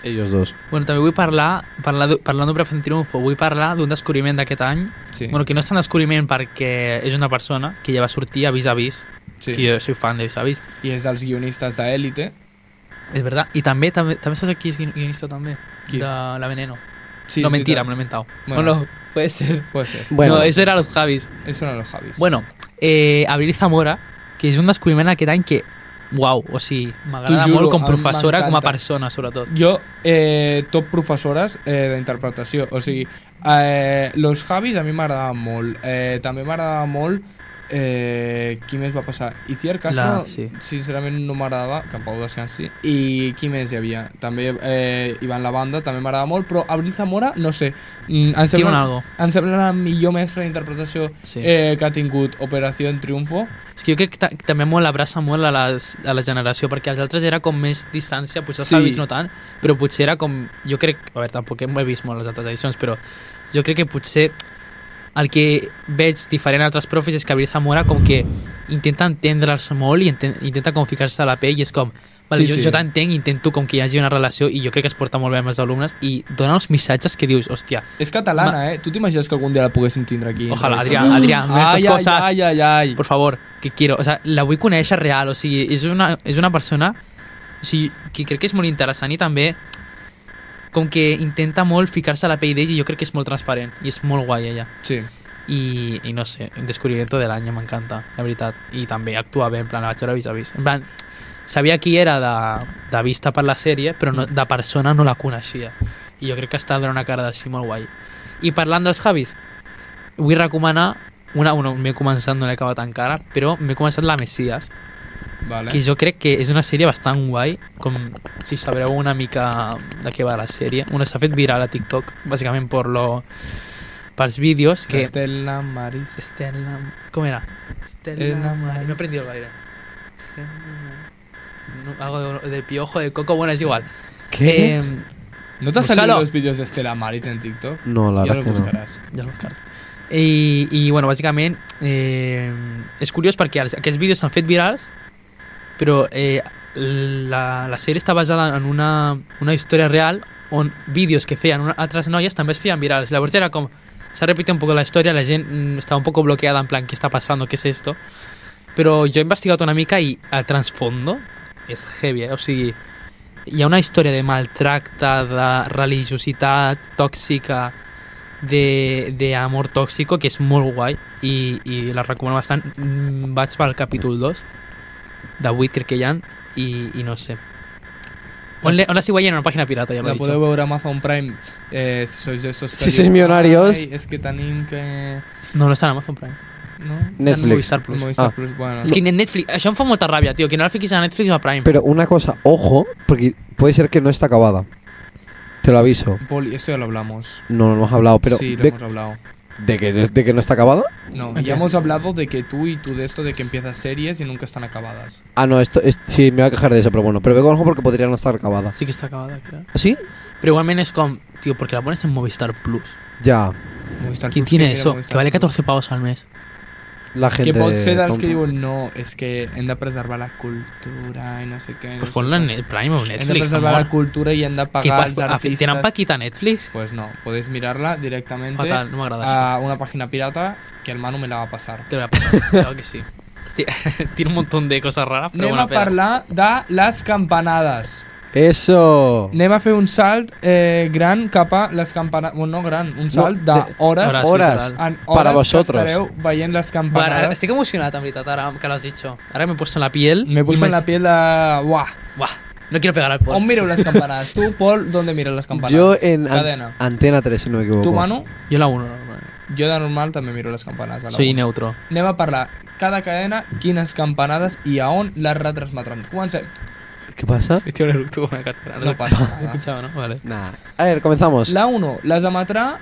Ellos dos.
Bueno, també vull parlar, parlar d- parlant d'Obra fent triomfo, vull parlar d'un descobriment d'aquest any.
Sí.
Bueno, que no és tan descobriment perquè és una persona que ja va sortir a Vis a Vis,
sí.
que jo soy fan de Vis a Vis,
I és dels guionistes d'Elite.
és verdad. I també, també, també saps qui és guion- guionista també?
Qui?
De La Veneno.
Sí,
no,
és
mentira, me
veritat.
lo he inventado.
Bueno.
Bueno, no, puede ser.
Puede ser.
Bueno,
No, eso era los Javis.
Eso no los Javis.
Bueno, eh, Abril Zamora, que és un descobriment aquest any que, uau, o sigui, m'agrada
T'ho juro,
molt com
em-
professora, com a
m'encanta.
persona, sobretot.
Yo, eh, top professores eh, d'interpretació. O sigui, eh, los Javis a mi m'agradava molt. Eh, també m'agradava molt eh, qui més va passar. I Cier Castro,
La- sí.
sincerament, no m'agradava, que en Pau descansi. I qui més hi havia? També eh, Ivan Lavanda, també m'agradava molt, però Abril Zamora, no sé. Mm, em
Tiene
sembla,
algo.
em sembla la millor mestra d'interpretació
Sí.
eh, que ha tingut Operació en Triunfo.
És que jo crec que ta també molt abraça molt a, les, a la generació, perquè els altres era com més distància, potser els
Sí.
Javis no tant, però potser era com... Jo crec... A veure, tampoc he vist molt les altres edicions, però jo crec que potser el que veig diferent a altres profes és que Abril Zamora com que intenta entendre'ls molt i enten, intenta com ficar-se a la pell i és com, vale,
Sí,
sí, jo,
sí.
sí. jo t'entenc, intento com que hi hagi una relació i jo crec que es porta molt bé amb els alumnes i dona uns missatges que dius, hòstia,
És catalana, eh? Tu t'imagines que algun dia la poguéssim tindre aquí?
Ojalá,
entrevistant?
Adrià, Adrià, no
Ai,
aquestes
ai,
coses.
ai, ai, ai.
por favor, que quiero, o sea, la vull conèixer real, o sigui, és una, és una persona o sigui, que crec que és molt interessant i també com que intenta molt ficar-se a la pell d'ells i jo crec que és molt transparent i és molt guai ella
Sí.
i, i no sé, un descobriment de l'any m'encanta, la veritat, i també actua bé en plan, la vaig veure vis a vis, en plan sabia qui era de, de vista per la sèrie però no, de persona no la coneixia i jo crec que està donant una cara d'així molt guai i parlant dels Javis vull recomanar una, una m'he començat, no l'he acabat encara però m'he començat la Messias
Vale.
que jo crec que és una sèrie bastant guai, com si sabreu una mica de què va la sèrie. Una s'ha fet viral a TikTok, bàsicament per lo, pels vídeos que...
Estela Maris.
Estela... Com era? Estela...
Estela
Mar-
Maris.
No he aprendido el baile. Estela Mar- No, algo de, de piojo, de coco, bueno, es igual.
¿Qué?
Em,
¿No te han
Búscalo.
salido los vídeos de Estela Maris en TikTok?
no, la
ya
verdad
lo
es que no.
buscarás.
ja l'he buscat. I, I, bueno, bàsicament, eh, és curiós perquè els- aquests vídeos s'han fet virals, però eh, la, la sèrie està basada en una, una història real on vídeos que feien una, altres noies també es feien virals. Llavors era com, s'ha repetit un poc la història, la gent mm, estava un poc bloqueada en plan, què està passant, què és esto? Però jo he investigat una mica i el transfondo és heavy, eh? o sigui, hi ha una història de maltracte, de religiositat tòxica, de, de amor tóxico que és molt guai i, i la recomano bastant Mm, vaig pel capítol 2 de 8 crec que hi ha i, i no sé on, le, on la sigo veient en una pàgina pirata ja l'he
La
dit
puedo ver en Amazon Prime. Eh, si sois de esos.
Si sois millonarios.
Ay, es que Tanim que.
no, no està en Amazon Prime
¿No?
està en
Netflix.
Movistar
En
Plus
Movistar
Ah.
Plus. Bueno,
és que en Netflix, això em fa molta ràbia, tio, que no la fiquis a Netflix o a Prime.
Pero una cosa, ojo, porque puede ser que no está acabada. Te lo aviso.
Poli, esto ya lo hablamos.
No, no hemos hablado, pero
sí, lo
ve-
hemos hablado.
de, que, de, de que no está acabada.
No,
Ok.
ya hemos hablado de que tú y tú de esto de que empiezas series y nunca están acabadas.
Ah, no, esto es, sí, me voy a quejar de eso, pero bueno. Pero ve con ojo porque podría no estar acabada.
Sí que està acabada, crec.
¿Sí?
Pero igualment és com, tio, perquè la pones en Movistar Plus.
Ya.
Movistar
¿Quién
Plus,
tiene
que quiere
eso?
Movistar
Que vale
Plus.
14 pavos al mes. Pues
La gente.
Que pot ser dels
tonta.
que diuen no, és que hem de preservar la cultura i no sé què.
Pues
no sé
ponla en
què".
Net- Prime o
Hem de
Netflix,
preservar la
amor.
cultura i hem de
Que ah,
pagar els
pa-
artistes.
tenen paquita Netflix?
Pues no, podéis mirarla directamente
Fatal, no m'agrada això.
a una página pirata que el Manu me la va a pasar.
Te voy a pasar, claro que sí. Ti- Tiene un montón de cosas raras, pero
Anem
bueno,
a parlar de les campanades.
Eso.
Anem a fer un salt eh, gran cap a les campanades... Bueno, no gran, un salt
de-
d'hores
Horas,
Horas.
literal.
en
Para
hores
vosotros.
que estareu veient les
Ahora,
campanades.
estoy emocionada, en veritat, ahora que lo has dicho. Ahora me he puesto en la piel.
Me
y
puse en la piel de... Uah,
Buah, No quiero pegar al Paul.
¿O miro las campanas? Tú, Paul, ¿dónde miras las campanas?
Yo en an-
Cadena.
Antena 3, si no me equivoco.
Tu, Manu?
Yo la 1.
Jo de normal també miro les campanes. a la
Soy
una.
neutro.
Anem a parlar cada cadena, quines campanades i a on les retransmetran. Comencem.
¿Qué pasa?
Hostia, un eructo con una cartera.
No pasa
¿Has
nada.
escuchado, no? Vale.
Nah. A ver, comenzamos.
La 1 les emetrà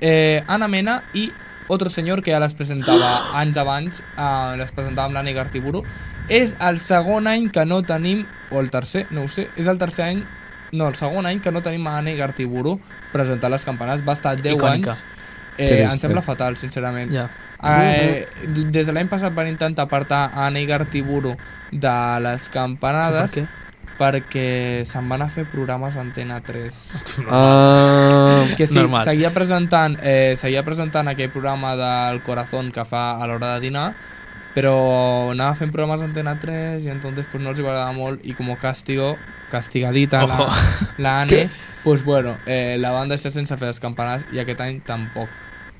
eh, Ana Mena i otro senyor que ja les presentava anys abans, eh, les presentava amb l'Anna Gartiburu. És el segon any que no tenim, o el tercer, no ho sé, és el tercer any, no, el segon any que no tenim a Anna Gartiburu presentar les campanes. Va estar 10
Icònica.
anys. Eh, em
Trist,
sembla
eh?
fatal, sincerament.
Ja.
Eh, des de l'any passat van intentar apartar a Anna Gartiburu de les campanades
Per què?
perquè se'n van a fer programes a Antena 3
Ah,
que sí,
Normal.
seguia presentant eh, seguia presentant aquell programa del Corazón que fa a l'hora de dinar però anava fent programes a Antena 3 i entonces pues, no els hi va agradar molt i com castigo, castigadita
Ojo.
la, la Ane, pues bueno, eh, la van deixar sense fer les campanades i aquest any tampoc.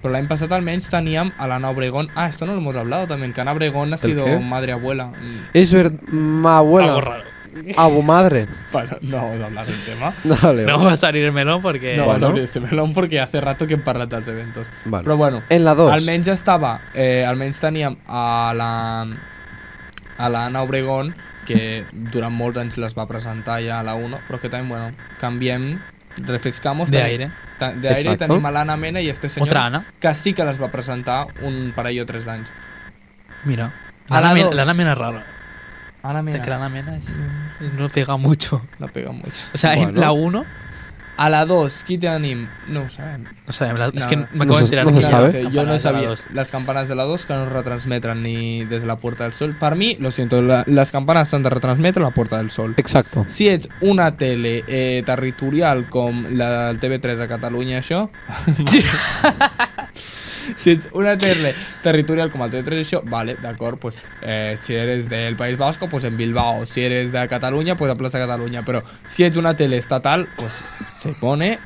Però l'any passat almenys teníem a l'Anna Obregón. Ah, esto no lo hemos hablado también, que Ana Obregón ha sido
qué?
madre abuela. Mm,
es verdad.
Algo
Abuela.
raro.
Abu madre.
Bueno, no vamos a hablar del tema.
Dale.
No va a salir el melón porque...
No,
bueno.
vamos a abrir ese melón porque hace rato que hem parlat dels eventos.
Vale.
Però bueno,
En la 2.
Almenys estava, eh, almenys teníem a la a l'Anna Obregón que durant molts anys les va presentar ja a la 1, però que també, bueno, canviem, refrescamos.
De
tenim-
aire.
ta- De aire
Exacto.
tenim a l'Anna Mena i este senyor
Otra Ana.
que sí que les va presentar un parell o tres d'anys.
Mira.
A
La
la
Ana Mena-
dos.
la Ana Mena es rara.
Anna
Es
Mena.
que la Ana Mena es- no pega mucho.
La pega mucho.
O sea, eh, en
Bueno.
la 1...
A la 2, qui tenim? No ho sabem.
O sea, en la- es
No,
que
no.
me acabo de
se-
enterar.
no se
que
sabe.
las
sé, yo no
campanadas de la
sabía.
dos.
Las campanas de la 2 que no retransmetan ni desde la Puerta del Sol. Para mí, lo siento, la- las campanas s'han de retransmetre a la Puerta del Sol.
Exacto.
Si ets una tele eh, territorial com la del TV3 a Catalunya, això... si ets una tele territorial com el TV3, això, vale, d'acord, pues, eh, si eres del País Vasco, pues en Bilbao, si eres de Catalunya, pues a Plaça Catalunya, però si ets una tele estatal, pues se pone...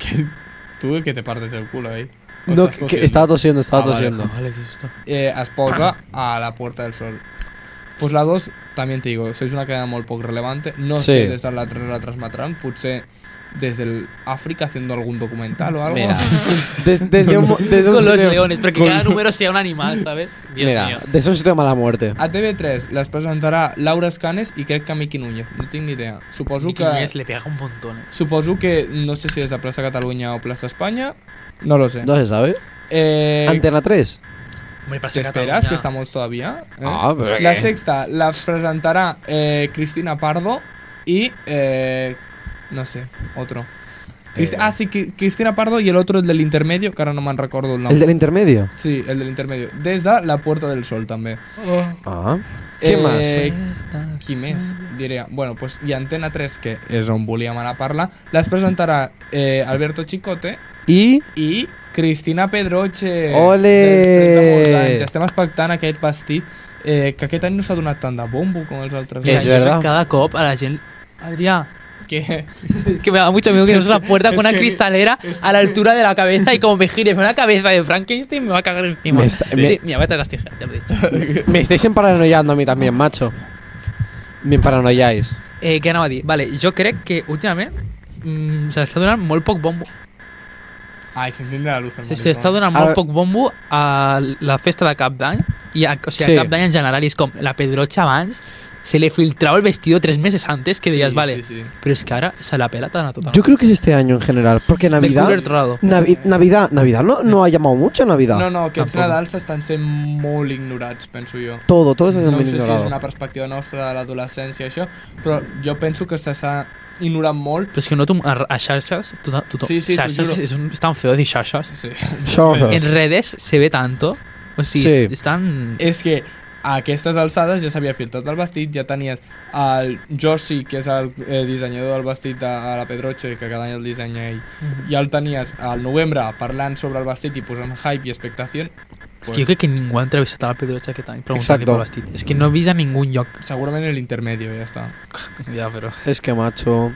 Que, tu que te partes el culo, eh? O
No,
estàs
que- que
tosiendo.
estaba tosiendo, estaba
Ah, vale.
tosiendo.
Vale, qué susto.
eh, es posa a la Puerta del Sol. Pues la 2, también te digo, sois una cadena molt poc relevante. No
Sí.
sé des de la 3 la transmetran, potser des del África haciendo algún documental o algo.
Mira.
Des- desde un, mo- desde un
Con los
sitio-
leones, porque cada número sea un animal, ¿sabes? Dios
Mira,
mío.
desde un sitio de mala muerte.
A TV3 les presentarà Laura Escanes i crec que Miqui Núñez, no tinc ni idea. Suposo
Nicky
que...
Núñez le pega un montón. eh.
Suposo que no sé si és a Plaça Catalunya o Plaça Espanya, no lo sé.
No se sabe.
Eh,
Antena 3.
Hombre, para
¿Te
ser
esperas
Cataluña-
que estamos todavía? ¿Eh?
Ah, pero
La
¿qué?
sexta la presentará eh, Cristina Pardo y. eh, no sé, otro. Crist-
Eh.
Ah, sí, Cri- Cristina Pardo y el otro, el del intermedio, que ahora no me han recordado el nombre.
El del intermedio.
Sí, el del intermedio. Desde la Puerta del Sol también.
Ah. ¿Qué
Eh,
más?
Qui més? Diria, bueno, pues, i Antena 3, que és on volíem anar a parlar, les presentarà eh, Alberto Chicote
Y
i Cristina Pedroche.
Ole!
Després de molts anys. Estem expectant aquest vestit eh, que aquest any no s'ha donat tant de bombo com els altres
Mira,
Es
yo
anys.
creo
verdad.
que Cada cop a la gente. Adrián.
Que,
Es que me da mucho miedo que nos la puerta con una cristalera a la altura de la cabeza y como me gire una cabeza de Frankenstein me va a cagar encima.
Me está-
Sí,
me-
Mira, voy a traer las tijeras, ya lo he dicho.
me estáis emparanoiando a mí también, macho. Me emparanoiáis.
Eh, què anava a dir? Vale, jo crec que últimament mm, s'està donant molt poc bombo.
Ai, s'entiende la luz al marisol.
S'està donant molt
Ara-
poc bombo a la festa de Cap d'Any i a, o sigui,
Sí.
a Cap d'Any en general i és com la Pedrocha abans se le filtrava el vestido tres meses antes que deies,
Sí, sí,
vale,
sí.
però és que ara se la pela tant a total.
Yo creo que es este año en general, porque Navidad...
Descubre otro lado.
Navi- Navidad, Navidad no, no ha llamado mucho Navidad.
No, no, aquests
Tampoc.
Nadals estan sent molt ignorats, penso jo.
Todo, todo está
No
muy
sé si
ignorado.
és una perspectiva nostra de l'adolescència, això, però jo penso que s'està ignorant molt.
Però és que noto a, a xarxes, tothom, tothom,
Sí, sí, t'ho
xarxes
juro.
és, un, és tan feo dir xarxes.
Sí.
Shorts.
En redes se ve tanto, o sigui,
Sí.
sí. estan...
és que a aquestes alçades ja s'havia filtrat el vestit, ja tenies el Jorsi, que és el eh, dissenyador del vestit a, a la Pedroche, que cada any el dissenya ell, ja el tenies al novembre parlant sobre el vestit i posant hype i expectació, pues
És que jo crec que ningú ha entrevistat a la Pedrocha aquest any preguntant-li
Exacto.
pel vestit. És que no he vist a ningú lloc.
segurament en l'intermedio, ja està.
Ja, però...
Es que, macho...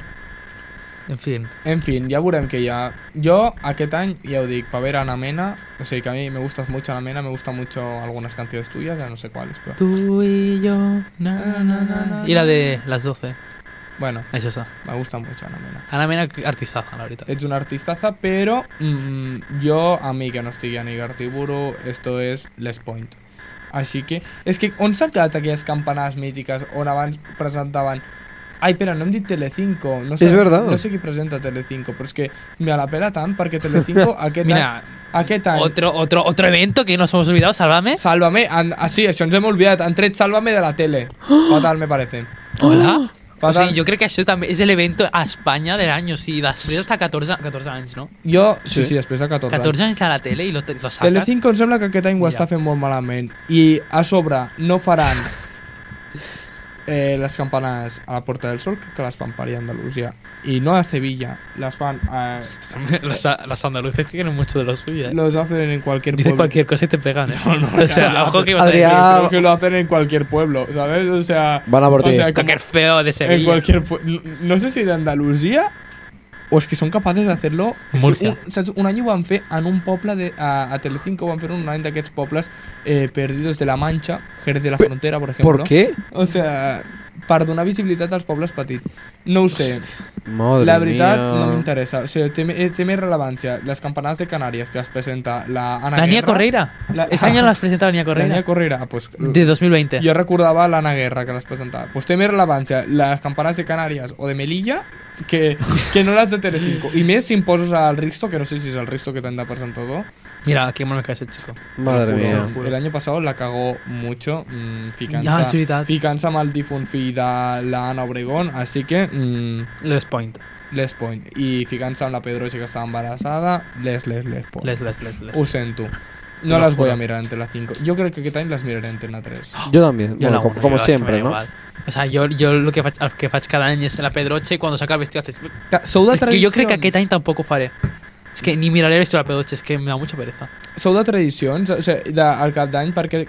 En fi,
En fin, ja veurem que ja... Jo, aquest any, ja ho dic, pa ver Ana Mena, o sigui que a mi me gustas mucho Ana Mena, me gusta mucho algunas canciones tuyas, ya no sé cuáles, però...
Tú y yo. na, na, na, na, na. Y la de las 12.
Bueno,
Això està.
me gusta mucho Ana Mena.
Ana Mena, artistaza, la veritat.
Ets una artistaza, pero mm, yo, a mí que no estigui a ni Gartiburu, esto es Les Point. Així que... És que on s'han quedat aquelles campanades mítiques on abans presentaven Ai, però no hem dit Telecinco. No sé,
És verdad.
No sé qui presenta Telecinco, però és que me la pela tant perquè Telecinco aquest
Mira,
any... Aquest any...
Otro, otro, otro evento que nos hemos olvidado, Sálvame.
Sálvame, han, ah, sí, això ens hem oblidat, han tret Sálvame de la tele. Fatal, me parece.
Hola. O
Fatal.
sigui, jo crec que això també és l'evento a Espanya de l'any, o sigui, després està 14, 14 anys, no?
Jo, sí,
Sí.
sí, després de 14 anys.
14 anys a la tele i lo, lo saques.
Telecinco em sembla que aquest any ho està fent molt malament i a sobre no faran eh, les campanes a la Porta del Sol que les fan per allà a Andalusia i no a Sevilla les fan a...
los, los andaluces tienen mucho de lo suyo, eh.
los hacen en cualquier
Dicen
pueblo
cualquier cosa y te pegan, eh. o sea, ojo que ibas
Adrián.
a
creo que lo hacen en cualquier pueblo ¿sabes? o sea
Van a por
o
ti.
sea, como
decir. Cualquier feo de Sevilla.
en cualquier pue- no- no sé si de Andalusia o és que són capaces de hacerlo és que
Múrcia.
un, saps, un any ho van fer en un poble de, a, a Telecinco van fer un any d'aquests pobles eh, perdidos de la Mancha Jerez de la Frontera per exemple
¿Por qué?
O sea, per donar visibilitat als pobles petits. No ho sé.
Madre
la veritat no
mía.
m'interessa. O sigui, té, eh, té més rellevància les campanades de Canàries que es presenta la Ana
La Nia
Guerra.
Correira.
La-
Este año las presenta la Nia
La Nia Correira,
Correira.
ah, pues,
De 2020.
jo recordava l'Anna Guerra que les presentava. Pues té més rellevància les campanes de Canàries o de Melilla que, que no les de Telecinco. I més si em poses al Risto, que no sé si és el Risto que t'han de presentador.
Mira, qué mono que has hecho, chico.
Madre mía.
El año pasado la cagó mucho mm, ficant-se
Ja, és veritat.
ficant mal difunt fill de l'Anna Obregón, así que mm,
Les Point.
Les Point. I ficant-se amb la Pedroche que estava embarassada, les, les, les Point.
Les, les, les, les.
Ho sento.
Te
No
lo
les voy
juro.
a mirar en Tela 5. Yo creo que aquest any les miraré en Tela 3.
Yo también,
Yo
bueno,
la
como,
uno,
como
yo es que me
siempre,
da
¿no?
igual. O sea, yo, yo lo que faig, el que faig cada any és la Pedroche i quan saca el vestido haces...
Sou de
És que
tradicions.
jo crec que aquest any tampoc ho faré. És que ni miraré el vestido de la Pedroche, és que me da mucha pereza.
Sou de tradicions, o sigui, de, al cap d'any, perquè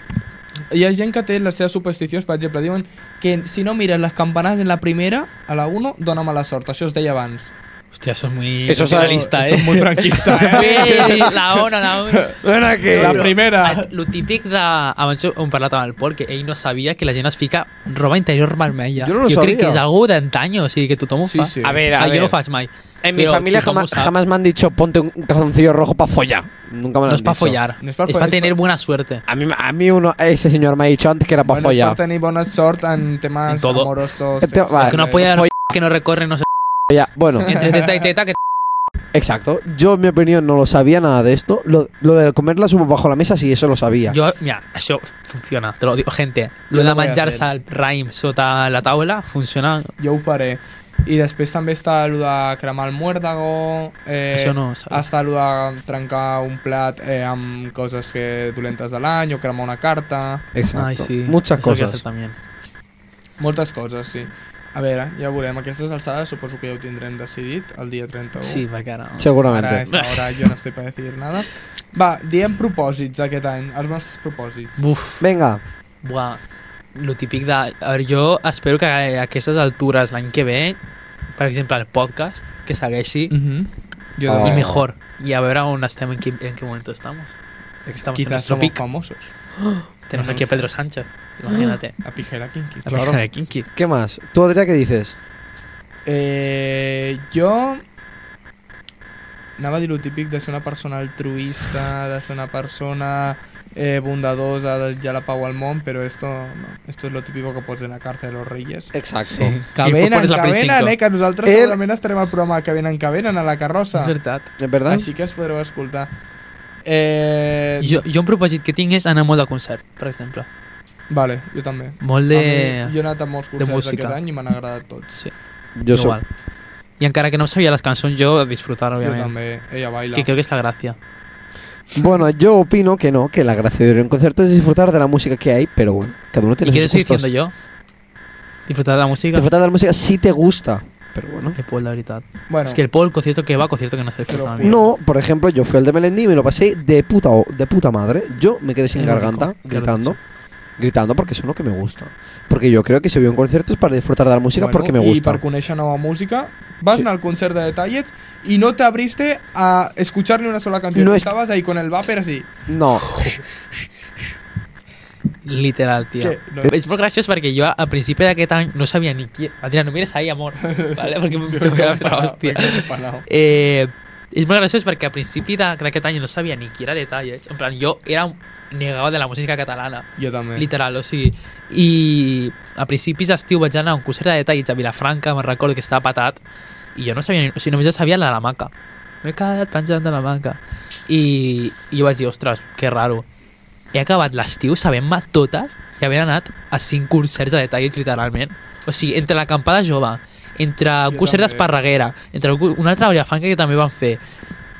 hi ha gent que té les seves supersticions, per exemple, diuen que si no mires les campanades en la primera, a la 1, dona mala sort. Això es deia abans.
Hostia, eso es muy
Eso es algo-
nacionalista,
Esto
eh.
es muy franquista,
eh? la ona, la ona.
La primera.
El típic de... Abans ho hem parlat amb el Pol, que ell no sabia que la gent es fica roba interior vermella.
Jo no lo
jo crec
sabia.
que és algú d'antanyo, o sigui, que tothom ho
Sí,
fa.
sí.
A ver, a
ah,
ver.
jo no ho faig mai.
En mi
Pero
familia
tothom ho
jamás,
sap.
jamás me han dicho ponte un calzoncillo rojo para follar. Nunca me
No
lo han
es para
dicho.
follar,
No
es
es pa
para
fo- es pa-
tener buena suerte.
A mí, a mí uno, ese señor me ha dicho antes que era para
Bueno, és per
follar.
tenir bona sort en temes
En todo.
amorosos.
Te- vale.
Que
sexuales.
una polla
Follar.
que no recorre, no sé.
Follar. Bueno,
Entre teta y teta, que
exacto. Yo, en mi opinión, no lo sabía nada de esto. Lo, lo de comer la sopa bajo la mesa, sí, eso lo sabía.
Yo, mira, eso funciona, te lo digo, gente.
Yo
Lo de
lo voy a
menjar-se
hacer.
el raïm sota la taula funciona.
Jo ho faré. I després també està el de cremar el muérdago... Eh,
Això no ho sabia.
Està el de trencar un plat eh, amb coses que dolentes de l'any o cremar una carta...
Exacto.
Ay, sí.
Muchas
Eso hay que
cosas.
hacer también.
Moltes coses, sí. A veure, ja ho veurem. Aquestes alçades suposo que ja ho tindrem decidit el dia 31.
Sí, perquè ara...
Seguramente.
Ara, a esta hora, jo no estic per decidir nada. Va, diem propòsits aquest any, els nostres propòsits.
Buf,
Venga,
buah. Lo típic de... A veure, jo espero que a aquestes altures l'any que ve, per exemple, el podcast, que segueixi
Mhm. Jo
Oh.
i
també.
mejor. I a veure on estem, en, quin, en qué momento estamos. Estamos en
Quizás
nuestro
somos
pic.
famosos.
Tenemos
no
aquí a
sé.
Pedro Sánchez. Imagínate.
La pijera kinky.
Ah,
La persona de Kinky.
¿qué más? ¿Tú, Adrián, qué dices?
Eh, jo anava a dir lo típic de ser una persona altruista, de ser una persona eh, bondadosa, de desitjar la pau al món, però esto, no. esto es lo típico que pots en la cárcel de los reyes.
Exacto.
Que venen, que venen, eh, que nosaltres
El-
El... segurament estarem al programa que venen, que venen a la carrossa.
És veritat.
¿Es verdad?
Així que es podreu escoltar. Eh...
Jo, jo un propòsit que tinc és anar molt de concert, per exemple.
Vale, jo també.
Molt de...
A mi, jo he anat a molts concerts
música.
aquest any i m'han agradat tots.
Sí,
Yo soy.
igual. I encara que no em sabia les cançons, jo a disfrutar,
Jo
òbviament.
també, ella baila.
Que crec que és la gràcia.
Bueno, yo opino que no, que la gracia de ir a un concierto es disfrutar de la música que hay, pero bueno, cada uno
I
tiene
què
sus
estic
gustos.
diciendo jo? Disfrutar de la música?
Disfrutar de la música si te gusta, pero bueno.
El Pol, la veritat.
Bueno,
És que el Pol, concierto que va, concierto que no se
Pero
disfruta. amigo.
No, por ejemplo, yo fui al de Melendi y me lo pasé de puta, o- de puta madre. Yo me quedé sin
Es lo
garganta,
único, ya lo he
gritando.
dicho.
Gritando porque eso es lo que me gusta. Porque yo creo que se vio en conciertos para disfrutar de la música porque me
I per
gusta.
conèixer nova música, vas
Sí.
anar al concert de Detallets y no te abriste a escuchar ni una sola canción.
No es-
Estabas ahí con el vapor así.
No,
Literal, tio.
Què? No.
És molt graciós perquè jo al principi d'aquest any no sabia ni qui... Vaig dir, no mires ahí, amor. vale? Perquè m'ho tocava fer l'hòstia. Eh, és molt graciós perquè al principi de- d'aquest any no sabia ni qui era de Tallets. En plan, jo era un negado de la música catalana.
Jo també.
Literal, o sigui... I a principis d'estiu vaig anar a un concert de Tallets a Vilafranca, me'n recordo que estava patat, i jo no sabia, ni- o sigui, només jo sabia la de la maca. M'he quedat penjant de la maca. I, I jo vaig dir, ostres, que raro. He acabat l'estiu sabent-me totes i haver anat a cinc concerts de detalls, literalment. O sigui, entre l'acampada jove, entre un
Jo
concert
també.
d'Esparreguera, entre un cu- un altre a Vilafranca que també van fer.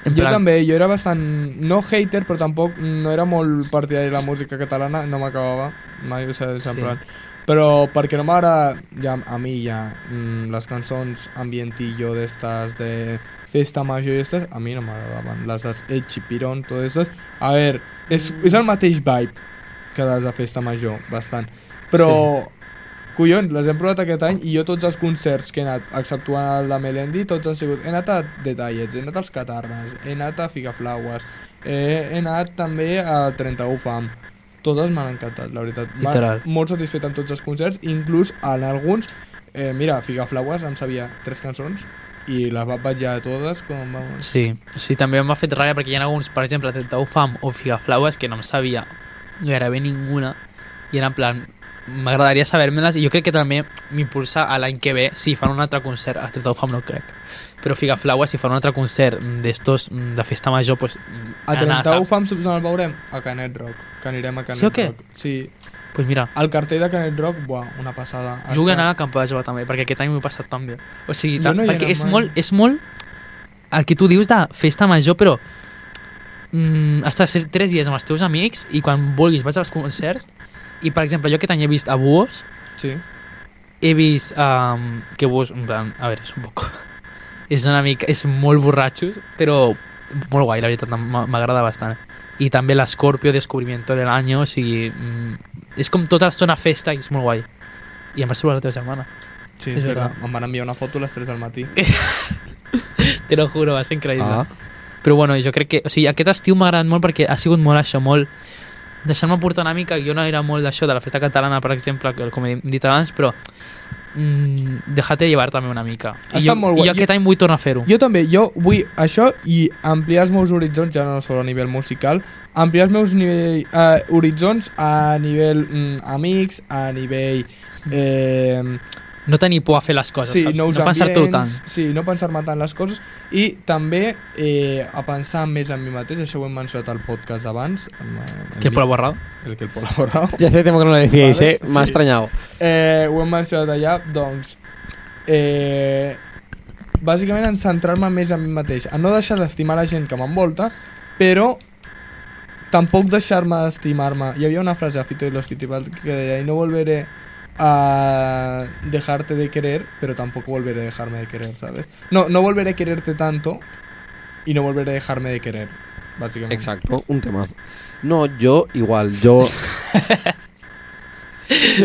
En
Jo
plan,
també, jo era bastant... No hater, però tampoc no era molt partidari de la música catalana, no m'acabava mai, o sigui, és en
Sí.
plan... Però perquè no m'agrada, ja, a mi ja, mm, les cançons ambientillo d'estas de festa major i estes, a mi no m'agradaven. Les de El Chipirón, totes estes. A veure, és, és el mateix vibe que les de festa major, bastant. Però, collons, les hem provat aquest any i jo tots els concerts que he anat, exceptuant el de Melendi, tots han sigut... He anat a Detallets, he anat als Catarres, he anat a Ficaflaues, eh, he anat també al 31 FAM. Totes m'han encantat, la veritat. Va-
Literal.
Molt satisfet amb tots els concerts, inclús en alguns... Eh, mira, Ficaflaues em sabia tres cançons i les va petjar totes com... Vamos.
Sí, sí, també m'ha fet ràbia perquè hi ha alguns, per exemple, 31 fam o figaflaues que no em sabia gairebé ninguna i era en plan, m'agradaria saber-me-les i jo crec que també m'impulsa a l'any que ve si fan un altre concert, a 31 fam no crec però figaflaues si fan un altre concert d'estos mm, de festa major pues, mm,
A
anar,
31
saps?
FAM, saps on el veurem? A Canet Rock, que anirem a Canet
Sí o què?
Rock. Sí,
pues mira,
El cartell de Canet Rock, buah, una passada.
jo vull
Està-
anar a Campada Jove també perquè aquest any m'ho he passat també o sigui,
Jo
ta-
no hi he
perquè
anat
és
mai.
molt, és molt el que tu dius de festa major però mm, estàs tres dies amb els teus amics i quan vulguis vas als concerts i per exemple jo aquest any he vist a Buos
Sí.
he vist um, que Buos en plan, a veure, és un poc és una mica, és molt borratxos però molt guai, la veritat m'ha- m'agrada bastant i també l'Escorpio Descubrimiento del Año o sigui, mm, és com tota l'estona festa i és molt guai i em vas trobar la teva germana
Sí,
És Eh.
és, verdad.
verdad.
Em van enviar una foto a les 3 del matí.
Te lo juro, va ser increïble.
Ah,
Ah. Però bueno, jo crec que... O sigui, aquest estiu m'ha agradat molt perquè ha sigut molt això, molt... Deixant-me portar una mica, jo no era molt d'això, de la festa catalana, per exemple, que- com he dit abans, però... Mm, Deixate llevar també una mica. I
Està
jo,
molt guai.
I jo aquest any vull tornar a fer-ho.
Jo també, jo vull això i ampliar els meus horitzons, ja no solo a nivell musical, ampliar els meus nivell, eh, horitzons a nivell mm, amics, a nivell... Eh,
No tenir por a fer les coses,
sí,
saps?
nous
no pensar-te-ho tant.
ambients, Sí, no pensar-me tant les coses i també eh, a pensar més en mi mateix, això ho hem mencionat al podcast abans. amb, eh,
Que por la borrada.
El que el Pol ha borrat.
ya hace tiempo que no lo decíais,
Vale,
¿eh? Me ha
sí.
extrañado.
Eh, ho hem mencionat allà, doncs... Eh, bàsicament en centrar-me més en mi mateix, a no deixar d'estimar la gent que m'envolta, però tampoc deixar-me d'estimar-me. Hi havia una frase a Fito y los Fitipal que deia, y no volveré a dejarte de querer, pero tampoco volveré a dejarme de querer, ¿sabes? No, no volveré a quererte tanto y no volveré a dejarme de querer, básicamente.
Exacto, un temazo. No, yo igual, yo.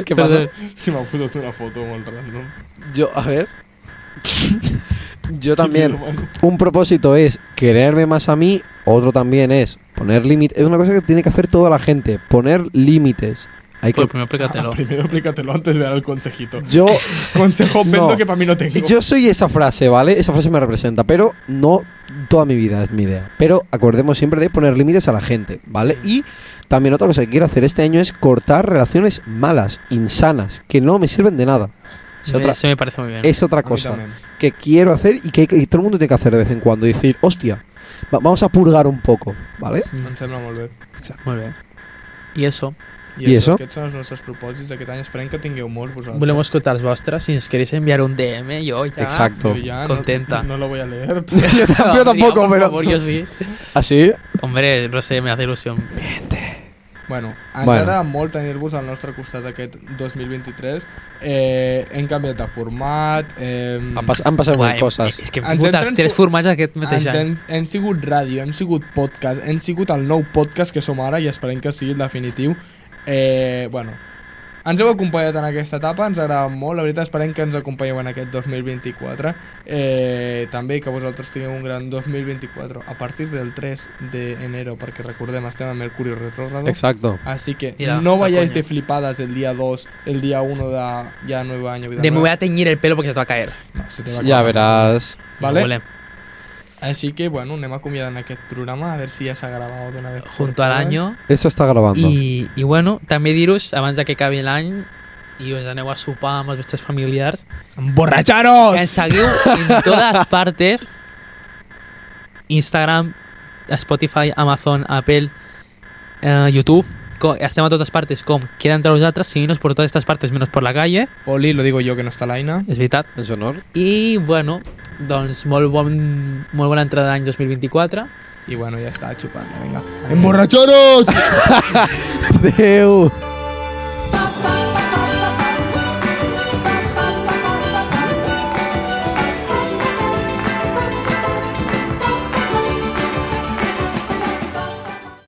¿Qué pasa?
Sí, m'ha posat una foto molt random.
Yo, a ver. yo también. Un propósito es quererme más a mí, otro también es poner límites. Es una cosa que tiene que hacer toda la gente, poner límites. Hay que.
Pues primer aplícatelo.
Primero aplícatelo antes de dar el consejito.
Yo,
Consejo
No.
pendo que para mí no tengo.
yo soy esa frase, ¿vale? Esa frase me representa, pero no toda mi vida es mi idea. Pero acordemos siempre de poner límites a la gente, ¿vale? Y también otra cosa que quiero hacer este año es cortar relaciones malas, insanas, que no me sirven de nada. Es
Me-
otra,
Eso me parece muy bien.
es otra
A mí
cosa.
también.
que quiero hacer y que, hay que- y todo el mundo tiene que hacer de vez en cuando. Y decir, hostia, va- vamos a purgar un poco, ¿vale?
Em sembla molt bé.
Muy bien. Y eso.
I,
I
això?
això?
Aquests són els nostres propòsits d'aquest any. Esperem que pues, tingueu molts vosaltres.
Volvemos escoltar els vostres. Si ens queréis enviar un DM, yo ya...
Exacto.
Jo ja
Contenta.
No, no lo voy a leer.
Yo tam- yo
Adrián,
tampoco,
por
pero. Ah,
favor, yo sí.
¿Así?
Hombre, no sé, me hace ilusión.
bueno, ens
Bueno.
agrada molt tenir-vos al nostre costat aquest 2023. Eh, hem canviat de format. Eh,
Han, pas- han pasado
Guai,
muchas cosas.
És que hem
Ens
tingut
hem
els tres
transfor-
formats aquest mateix eh?
ens
any.
hem, hem sigut ràdio, hem sigut podcast, hem sigut el nou podcast que som ara i esperem que sigui el definitiu. Eh, bueno, Ens heu acompanyat en aquesta etapa, ens agrada molt, la veritat esperem que ens acompanyeu en aquest 2024 eh, també i que vosaltres tingueu un gran 2024 a partir del 3 de enero perquè recordem estem a Mercurio retrógrado
Exacto.
así que
Mira,
no
esa
vayáis
coña.
de flipadas el día 2 el día 1 de ya nuevo año vida
De me
nueva.
voy a teñir el pelo porque se te va a caer.
No, se te va a
Ya
acabar.
verás.
Vale.
Y volem.
Així que, bueno, anem acomiadant aquest programa, a ver si ja s'ha gravat d'una vez.
Junto al año.
Eso está grabando.
I, I bueno, també dir-vos, abans de que acabi l'any i us aneu a sopar amb els vostres familiars,
¡Emborracharos!
que ens seguiu en totes partes. Instagram, Spotify, Amazon, Apple, eh, YouTube. Co estem a totes partes com queda entre vosaltres, seguint-nos por totes estas partes menos por la calle,
Poli, lo digo yo que no està l'Aina.
és veritat.
En su honor.
I, bueno, doncs molt, bon, molt bona entrada d'any 2024.
Y bueno, ya está, chupando, venga. ¡Emborracharos!
Adeu.